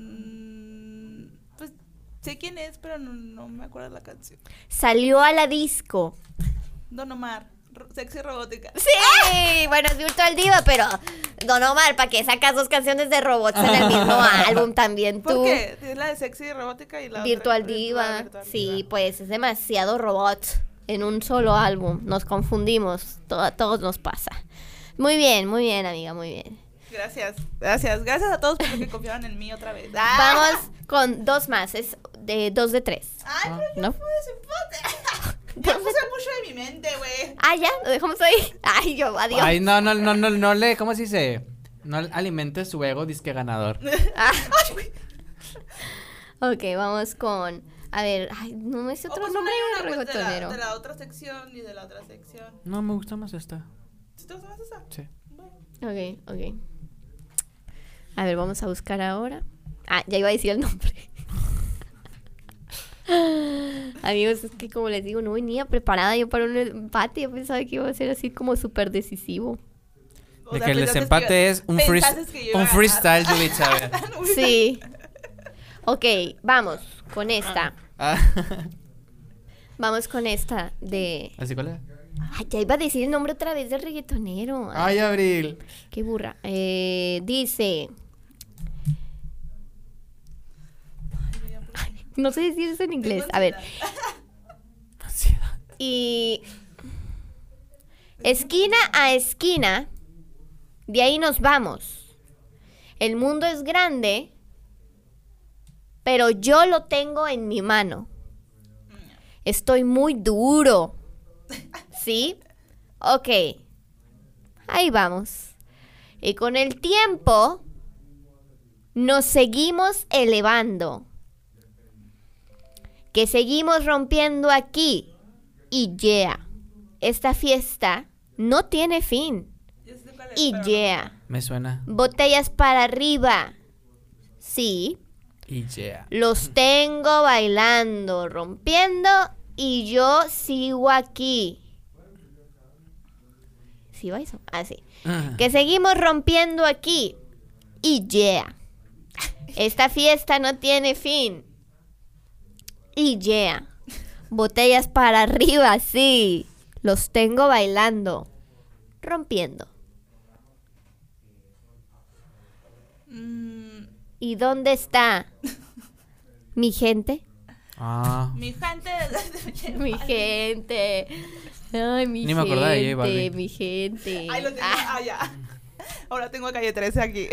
[SPEAKER 4] Mm, pues sé quién es, pero no, no me acuerdo la canción.
[SPEAKER 3] Salió a la disco.
[SPEAKER 4] Don Omar, ro- sexy robótica.
[SPEAKER 3] Sí, bueno, es Virtual Diva, pero Don Omar, ¿para qué sacas dos canciones de robots en el mismo álbum también tú?
[SPEAKER 4] ¿Por qué? Es la de sexy robótica y la
[SPEAKER 3] Virtual
[SPEAKER 4] otra-
[SPEAKER 3] Diva.
[SPEAKER 4] Virtual
[SPEAKER 3] sí,
[SPEAKER 4] Diva.
[SPEAKER 3] pues es demasiado robot en un solo álbum. Nos confundimos. To- A todos nos pasa. Muy bien, muy bien, amiga, muy bien.
[SPEAKER 4] Gracias, gracias, gracias a todos por que confiaron en mí otra vez. Ah,
[SPEAKER 3] Vamos con dos más. Es de dos de tres.
[SPEAKER 4] Ay, pero yo
[SPEAKER 3] ¿No?
[SPEAKER 4] fui desempate. Yo puse mucho de mi mente, güey.
[SPEAKER 3] Ah, ya, lo dejamos ahí. Ay, yo, adiós.
[SPEAKER 2] Ay, no, no, no, no, no le. ¿Cómo se dice? No alimentes su ego disque ganador.
[SPEAKER 3] Ah. ok, vamos con. A ver, ay, no es
[SPEAKER 4] O
[SPEAKER 3] otro
[SPEAKER 4] pues
[SPEAKER 3] nombre
[SPEAKER 4] una, pues, de,
[SPEAKER 3] reggaetonero.
[SPEAKER 4] la, de la otra sección y de la otra sección.
[SPEAKER 2] No, me gusta más esta.
[SPEAKER 4] ¿Tú te gustas esa?
[SPEAKER 2] Sí.
[SPEAKER 4] Bueno.
[SPEAKER 3] Ok, ok. A ver, vamos a buscar ahora. Ah, ya iba a decir el nombre. Amigos, es que como les digo, no venía preparada yo para un empate. Yo pensaba que iba a ser así como súper decisivo.
[SPEAKER 4] O
[SPEAKER 2] De
[SPEAKER 4] sea, pues,
[SPEAKER 2] que el
[SPEAKER 4] pensaste
[SPEAKER 2] desempate
[SPEAKER 4] que-
[SPEAKER 2] es un, freest-
[SPEAKER 4] pensaste que yo iba
[SPEAKER 2] un
[SPEAKER 4] a ganar.
[SPEAKER 2] freestyle, Judith, a ver.
[SPEAKER 3] Sí. Ok, vamos con esta.
[SPEAKER 2] Ah,
[SPEAKER 3] Vamos con esta de...
[SPEAKER 2] ¿Así cuál era?
[SPEAKER 3] Ay, ya iba a decir el nombre otra vez del reggaetonero. Ay,
[SPEAKER 2] Ay, Abril.
[SPEAKER 3] Qué burra. Eh, dice... Ay, No sé decir eso en inglés. A ver.
[SPEAKER 2] Ansiedad.
[SPEAKER 3] Y esquina a esquina, de ahí nos vamos. El mundo es grande, pero yo lo tengo en mi mano. Estoy muy duro. ¿Sí? Ok. Ahí vamos. Y con el tiempo, nos seguimos elevando. Que seguimos rompiendo aquí, y yeah. Esta fiesta no tiene fin.
[SPEAKER 4] Yo sé cuál es,
[SPEAKER 3] Y
[SPEAKER 4] pero-
[SPEAKER 3] yeah.
[SPEAKER 2] Me suena.
[SPEAKER 3] Botellas para arriba. Sí,
[SPEAKER 2] Y yeah.
[SPEAKER 3] los tengo bailando, rompiendo y yo sigo aquí. ¿Sí va eso? Así.
[SPEAKER 2] Ah.
[SPEAKER 3] Que seguimos rompiendo aquí. Y yeah. Esta fiesta no tiene fin. Y yeah. Botellas para arriba, sí. Los tengo bailando. Rompiendo.
[SPEAKER 4] Mm,
[SPEAKER 3] ¿Y dónde está? Mi gente.
[SPEAKER 2] Ah.
[SPEAKER 4] mi gente.
[SPEAKER 3] Mi gente. Ay, mi
[SPEAKER 2] Ni me
[SPEAKER 3] gente.
[SPEAKER 2] acordaba de J Balvin.
[SPEAKER 3] mi gente.
[SPEAKER 4] Ay, lo tengo.
[SPEAKER 3] Ah,
[SPEAKER 4] Ah, ya. Ahora tengo a calle 13 aquí.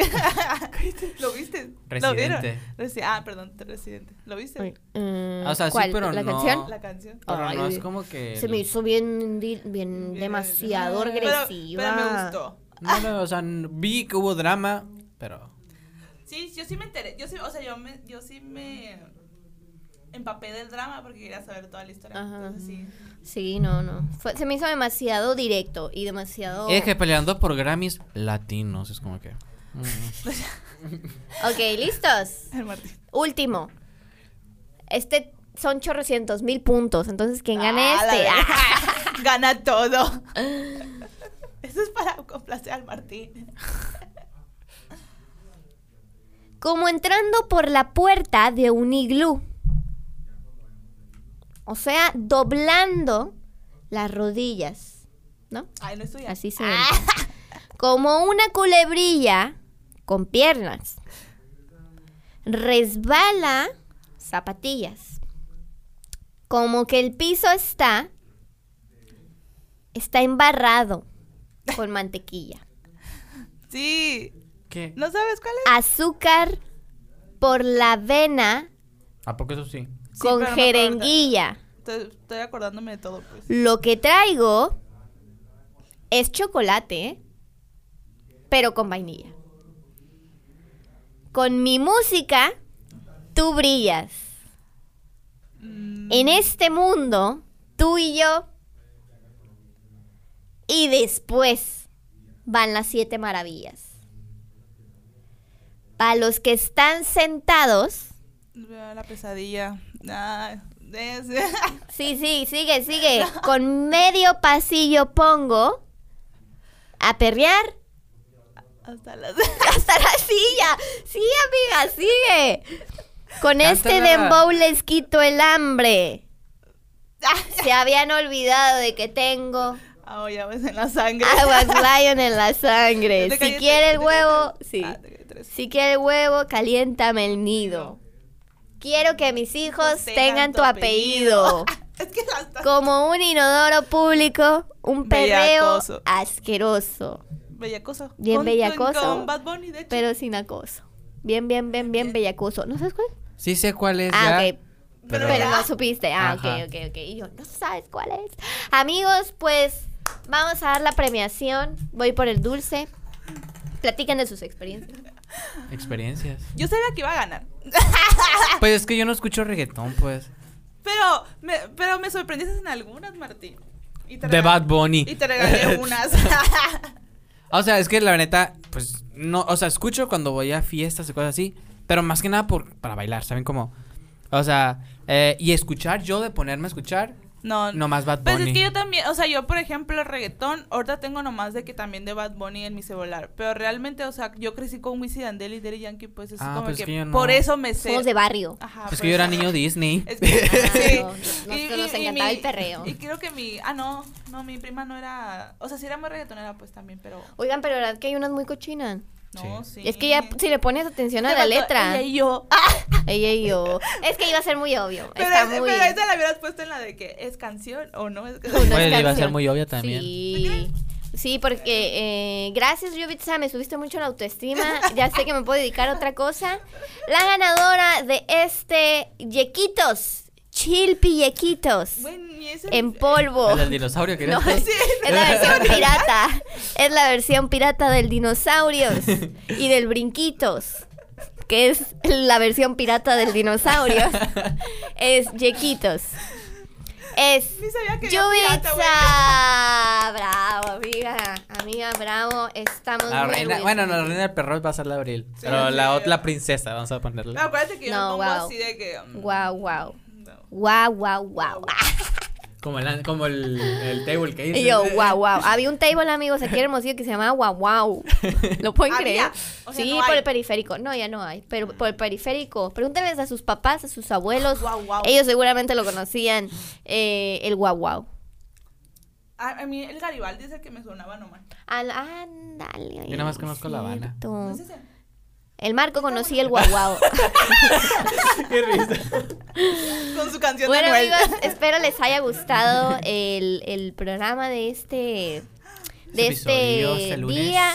[SPEAKER 4] ¿Lo viste? ¿Lo vieron?
[SPEAKER 2] Residente.
[SPEAKER 4] Resi- ah, perdón, residente. ¿Lo viste?
[SPEAKER 3] ay, eh,
[SPEAKER 2] Ah, o sea, sí,
[SPEAKER 3] ¿cuál?
[SPEAKER 2] pero
[SPEAKER 3] ¿La
[SPEAKER 2] no-
[SPEAKER 3] canción?
[SPEAKER 4] La canción.
[SPEAKER 2] Pero no
[SPEAKER 3] Ay,
[SPEAKER 2] es como que.
[SPEAKER 3] Se me hizo bien, di- bien
[SPEAKER 4] Em, Bien,
[SPEAKER 3] Mm,
[SPEAKER 4] eh,
[SPEAKER 3] demasiado
[SPEAKER 4] pero-
[SPEAKER 3] agresiva.
[SPEAKER 4] Pero, me gustó.
[SPEAKER 2] No, no, o sea, n- vi que hubo drama, pero.
[SPEAKER 4] Sí, yo sí me enteré. Yo sí, o sea, yo, me, yo sí me empapé del drama porque quería saber toda la historia.
[SPEAKER 3] Ajá.
[SPEAKER 4] Entonces, sí.
[SPEAKER 3] Sí, no, no. Fue- se me hizo demasiado directo y demasiado...
[SPEAKER 2] Es que peleando por Grammys latinos, es como que. mm.
[SPEAKER 3] Ok, listos.
[SPEAKER 4] El Martín.
[SPEAKER 3] Último. Este son chorrocientos mil puntos. Entonces, quien gane
[SPEAKER 4] Ah, la
[SPEAKER 3] este?
[SPEAKER 4] verdad. Gana todo. Eso es para complacer al Martín.
[SPEAKER 3] Como entrando por la puerta de un iglú. O sea, doblando las rodillas. ¿No?
[SPEAKER 4] Ay, no estoy
[SPEAKER 3] Así se
[SPEAKER 4] Ah.
[SPEAKER 3] entra. Como una culebrilla con piernas. Resbala zapatillas. Como que el piso está está embarrado con mantequilla.
[SPEAKER 4] Sí.
[SPEAKER 2] ¿Qué?
[SPEAKER 4] ¿No sabes cuál
[SPEAKER 3] Ah.
[SPEAKER 4] es?
[SPEAKER 3] Azúcar por la vena
[SPEAKER 2] ¿A poco eso sí?
[SPEAKER 3] con
[SPEAKER 4] Sí, pero no me acuerdo.
[SPEAKER 3] jeringuilla.
[SPEAKER 4] Estoy, estoy acordándome de todo, pues.
[SPEAKER 3] Lo que traigo es chocolate, ¿eh? pero con vainilla. Con mi música, tú brillas.
[SPEAKER 4] Mm,
[SPEAKER 3] En este mundo, tú y yo. Y después van las siete maravillas. Para los que están sentados.
[SPEAKER 4] La pesadilla. Ah, es-
[SPEAKER 3] Sí, sí, sigue, sigue. Con medio pasillo pongo a perrear
[SPEAKER 4] Hasta las.
[SPEAKER 3] hasta la silla. Sí, amiga, sigue. Con este
[SPEAKER 2] Cántala.
[SPEAKER 3] dembow les quito el hambre. Se habían olvidado de que tengo
[SPEAKER 4] Ah, oh, ya ves en la sangre.
[SPEAKER 3] aguas lion en la sangre.
[SPEAKER 4] De
[SPEAKER 3] Pues, Si
[SPEAKER 4] calle
[SPEAKER 3] quiere el
[SPEAKER 4] tres, de
[SPEAKER 3] huevo,
[SPEAKER 4] calle tres.
[SPEAKER 3] sí.
[SPEAKER 4] Ah, de calle tres.
[SPEAKER 3] Si quiere el huevo, caliéntame el nido. Quiero que mis hijos tengan tu apellido.
[SPEAKER 4] Es que hasta.
[SPEAKER 3] Como un inodoro público, un perreo
[SPEAKER 4] Bellacoso.
[SPEAKER 3] asqueroso,
[SPEAKER 4] Bellacoso.
[SPEAKER 3] Bien
[SPEAKER 4] Con-
[SPEAKER 3] bellacoso.
[SPEAKER 4] Con Bad Bunny, de hecho.
[SPEAKER 3] pero sin acoso. Bien, bien, bien, bien bellacoso. ¿No sabes cuál?
[SPEAKER 2] Sí sé cuál es.
[SPEAKER 3] Ah,
[SPEAKER 2] ya,
[SPEAKER 3] ok. Pero, no supiste. Ah,
[SPEAKER 2] Ajá.
[SPEAKER 3] ok, ok, ok. Y yo, no sabes cuál es. Amigos, pues vamos a dar la premiación. Voy por el dulce. Platiquen de sus experiencias.
[SPEAKER 2] Experiencias.
[SPEAKER 4] Yo sabía que iba a ganar.
[SPEAKER 2] Pues es que yo no escucho reggaetón, pues.
[SPEAKER 4] Pero me, pero me sorprendiste en algunas, Martín. Y te
[SPEAKER 2] De
[SPEAKER 4] regal-
[SPEAKER 2] Bad Bunny.
[SPEAKER 4] Y te regalé unas.
[SPEAKER 2] O sea, es que la neta, pues no, o sea, escucho cuando voy a fiestas y cosas así, pero más que nada por, para bailar, ¿saben cómo? O sea, eh, y escuchar, yo de ponerme a escuchar,
[SPEAKER 4] no,
[SPEAKER 2] nomás Bad Bunny.
[SPEAKER 4] Pues es que yo también, o sea, yo por ejemplo, el reggaetón, ahorita tengo nomás de que también de Bad Bunny en mi celular. Pero realmente, o sea, yo crecí con Wisin y Yandel y Daddy Yankee, pues es
[SPEAKER 2] Ah,
[SPEAKER 4] como
[SPEAKER 2] pues
[SPEAKER 4] que,
[SPEAKER 2] que yo no.
[SPEAKER 4] por eso me sé.
[SPEAKER 3] Somos de barrio.
[SPEAKER 4] Ajá,
[SPEAKER 2] Pues
[SPEAKER 4] por
[SPEAKER 2] que yo era
[SPEAKER 4] eso.
[SPEAKER 2] niño Disney.
[SPEAKER 4] Es que- sí.
[SPEAKER 3] no, no, nos encantaba el perreo.
[SPEAKER 4] Y creo que mi, ah no, no, mi prima no era, o sea, sí era muy reggaetonera pues también, pero
[SPEAKER 3] Oigan, pero la verdad que hay unas muy cochinas.
[SPEAKER 4] no, sí.
[SPEAKER 3] Es que ya si le pones atención a
[SPEAKER 4] Te
[SPEAKER 3] la
[SPEAKER 4] faltó
[SPEAKER 3] letra.
[SPEAKER 4] ella y yo. Ah,
[SPEAKER 3] Ella y yo. Es que iba a ser muy obvio.
[SPEAKER 4] Pero,
[SPEAKER 3] Está
[SPEAKER 4] es-
[SPEAKER 3] muy.
[SPEAKER 4] pero esa la hubieras puesto en la de que es canción o no es
[SPEAKER 3] Una
[SPEAKER 4] canción.
[SPEAKER 2] Bueno, Pues iba a
[SPEAKER 3] canción.
[SPEAKER 2] ser muy obvia también.
[SPEAKER 3] Sí. Sí, porque eh, gracias, Yubitsa, me subiste mucho en autoestima. Ya sé que me puedo dedicar a otra cosa. La ganadora de este Yequitos, Chilpi Yequitos,
[SPEAKER 4] Bueno, y ese-
[SPEAKER 3] en polvo.
[SPEAKER 2] El del dinosaurio que
[SPEAKER 3] No,
[SPEAKER 2] eres tú.
[SPEAKER 3] es, es la versión pirata. Es la versión pirata del dinosaurios y del brinquitos. Que es la versión pirata del dinosaurio. Es Yequitos. Es
[SPEAKER 4] Ni sabía que había pirata, güey.
[SPEAKER 3] Yubitsa. Bravo, amiga. Amiga, bravo. Estamos
[SPEAKER 2] La
[SPEAKER 3] muy
[SPEAKER 2] reina,
[SPEAKER 3] orgullosas.
[SPEAKER 2] bueno, la reina del perro va a ser la Abril, pero
[SPEAKER 4] sí,
[SPEAKER 2] la
[SPEAKER 4] sí.
[SPEAKER 2] otra la princesa, vamos a ponerle.
[SPEAKER 4] No, acuérdate que yo
[SPEAKER 3] No,
[SPEAKER 4] me pongo
[SPEAKER 3] wow.
[SPEAKER 4] así de que. mm,
[SPEAKER 3] Guau, guau.
[SPEAKER 4] no.
[SPEAKER 3] Guau, guau, guau.
[SPEAKER 2] Como el, como el, el table que hice.
[SPEAKER 3] Y yo, wow, wow. Había un table, amigos, aquí en Hermosillo que se llamaba Wow Wow. ¿Lo pueden creer?
[SPEAKER 4] Había. O sea,
[SPEAKER 3] sí,
[SPEAKER 4] no
[SPEAKER 3] por
[SPEAKER 4] hay.
[SPEAKER 3] el periférico. No, ya no hay. Pero por el periférico. Pregúntenles a sus papás, a sus abuelos.
[SPEAKER 4] Guau, guau.
[SPEAKER 3] Ellos seguramente lo conocían. eh, el Wow Wow.
[SPEAKER 4] A, a mí el Garibaldi es el que me sonaba nomás.
[SPEAKER 3] Al- Ándale.
[SPEAKER 2] Yo nada más conozco La Habana.
[SPEAKER 3] cierto.
[SPEAKER 4] ¿No es ese?
[SPEAKER 3] El Marco conocía el Wow Wow.
[SPEAKER 2] Qué risa.
[SPEAKER 4] Con su canción
[SPEAKER 3] Bueno,
[SPEAKER 4] de Noel.
[SPEAKER 3] amigos, espero les haya gustado el, el programa de este, de
[SPEAKER 2] Episodio
[SPEAKER 3] este
[SPEAKER 2] este lunes.
[SPEAKER 3] día.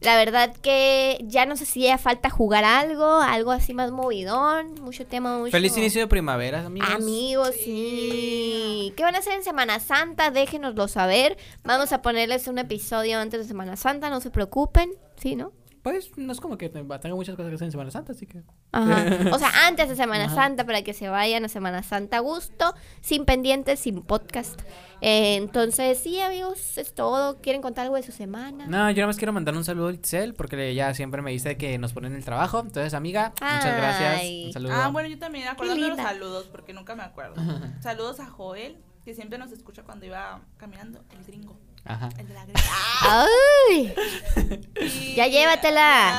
[SPEAKER 3] La verdad que ya no sé si ya falta jugar algo, algo así más movidón, mucho tema, mucho...
[SPEAKER 2] Feliz inicio de primavera, amigos.
[SPEAKER 3] Amigos, sí. ¿Qué van a hacer en Semana Santa? Déjenoslo saber. Vamos a ponerles un episodio antes de Semana Santa, no se preocupen. Sí, ¿no?
[SPEAKER 2] Pues no es como que tengo tengo muchas cosas que hacer en Semana Santa, así que.
[SPEAKER 3] Ajá. O sea, antes de Semana
[SPEAKER 2] Ajá.
[SPEAKER 3] Santa para que se vayan a Semana Santa a gusto, sin pendientes, sin podcast. Eh, entonces, sí, amigos, es todo. ¿Quieren contar algo de su semana?
[SPEAKER 2] No, yo nada más quiero mandar un saludo a Itzel porque ella siempre me dice que nos ponen en el trabajo. Entonces, amiga, muchas gracias.
[SPEAKER 3] Ay.
[SPEAKER 2] Un saludo.
[SPEAKER 4] Ah, bueno, yo también acuérdame de los
[SPEAKER 3] linda.
[SPEAKER 4] saludos porque nunca me acuerdo. Saludos a Joel, que siempre nos escucha cuando iba caminando, el gringo,
[SPEAKER 2] Ajá.
[SPEAKER 4] el de la gringa.
[SPEAKER 3] ¡Ay!
[SPEAKER 4] Y-
[SPEAKER 3] Ah, Ya llévatela.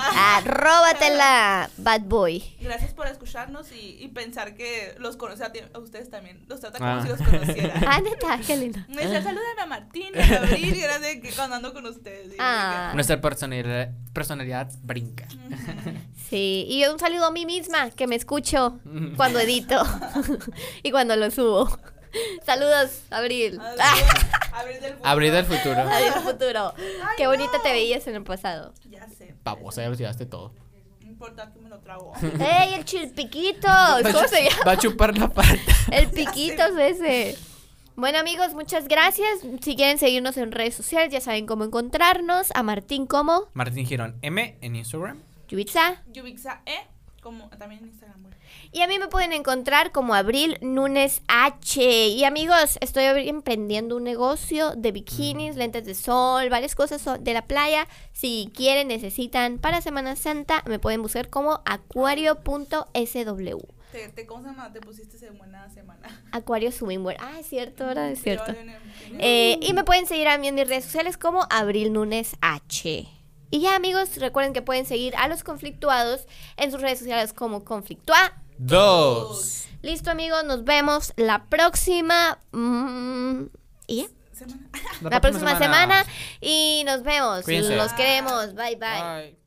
[SPEAKER 4] Ah.
[SPEAKER 3] Arróbatela, bad boy.
[SPEAKER 4] Gracias por escucharnos y, y pensar que los conoce a, ti- a ustedes también. Los trata
[SPEAKER 2] Ah.
[SPEAKER 4] como si los conociera.
[SPEAKER 3] Ah, neta, qué lindo.
[SPEAKER 4] Me decía, salúdame a Martín, y a Abril, y era de que cuando ando con ustedes. y yo de que,
[SPEAKER 3] Ah,
[SPEAKER 2] Nuestra personalidad, personalidad brinca.
[SPEAKER 3] sí. Y un saludo a mí misma, que me escucho cuando edito y cuando lo subo. Saludos, Abril.
[SPEAKER 4] "Ah, Abril del futuro".
[SPEAKER 2] Abrir del futuro.
[SPEAKER 3] Abril futuro. Qué bonita te veías en el pasado.
[SPEAKER 4] Ya sé.
[SPEAKER 2] Pavosa, ya lo tiraste todo.
[SPEAKER 4] No importa que me lo trago.
[SPEAKER 3] ¡Ey, el chilpiquito!
[SPEAKER 2] Va a
[SPEAKER 3] ¿Cómo
[SPEAKER 2] chu-
[SPEAKER 3] se llama?
[SPEAKER 2] Va a chupar la pata.
[SPEAKER 3] El piquitos ese. Bueno amigos, muchas gracias. Si quieren seguirnos en redes sociales, ya saben cómo encontrarnos. A Martín como
[SPEAKER 2] Martín Girón M en Instagram.
[SPEAKER 3] Yubitsa.
[SPEAKER 4] Yubixa E, como también en Instagram. bueno.
[SPEAKER 3] Y a mí me pueden encontrar como Abril Nunes H. Y amigos, estoy abri- emprendiendo un negocio de bikinis, lentes de sol, varias cosas so- de la playa. Si quieren, necesitan para Semana Santa, me pueden buscar como acuario.sw.
[SPEAKER 4] Te, te, ¿Cómo se llama? Te pusiste de buena semana.
[SPEAKER 3] Acuario Swimwear. Ah, es cierto, ahora es cierto.
[SPEAKER 4] Yo en el- en el-
[SPEAKER 3] Eh, y me pueden seguir a mí en mis redes sociales como Abril Nunes H. Y ya amigos, recuerden que pueden seguir a los conflictuados en sus redes sociales como Conflictua.
[SPEAKER 2] Dos.
[SPEAKER 3] Listo amigos, nos vemos la próxima... mm, y ya,
[SPEAKER 4] semana.
[SPEAKER 3] la, próxima, semana. Y nos vemos.
[SPEAKER 2] Cuídense.
[SPEAKER 3] Los queremos. Bye bye.
[SPEAKER 2] Bye.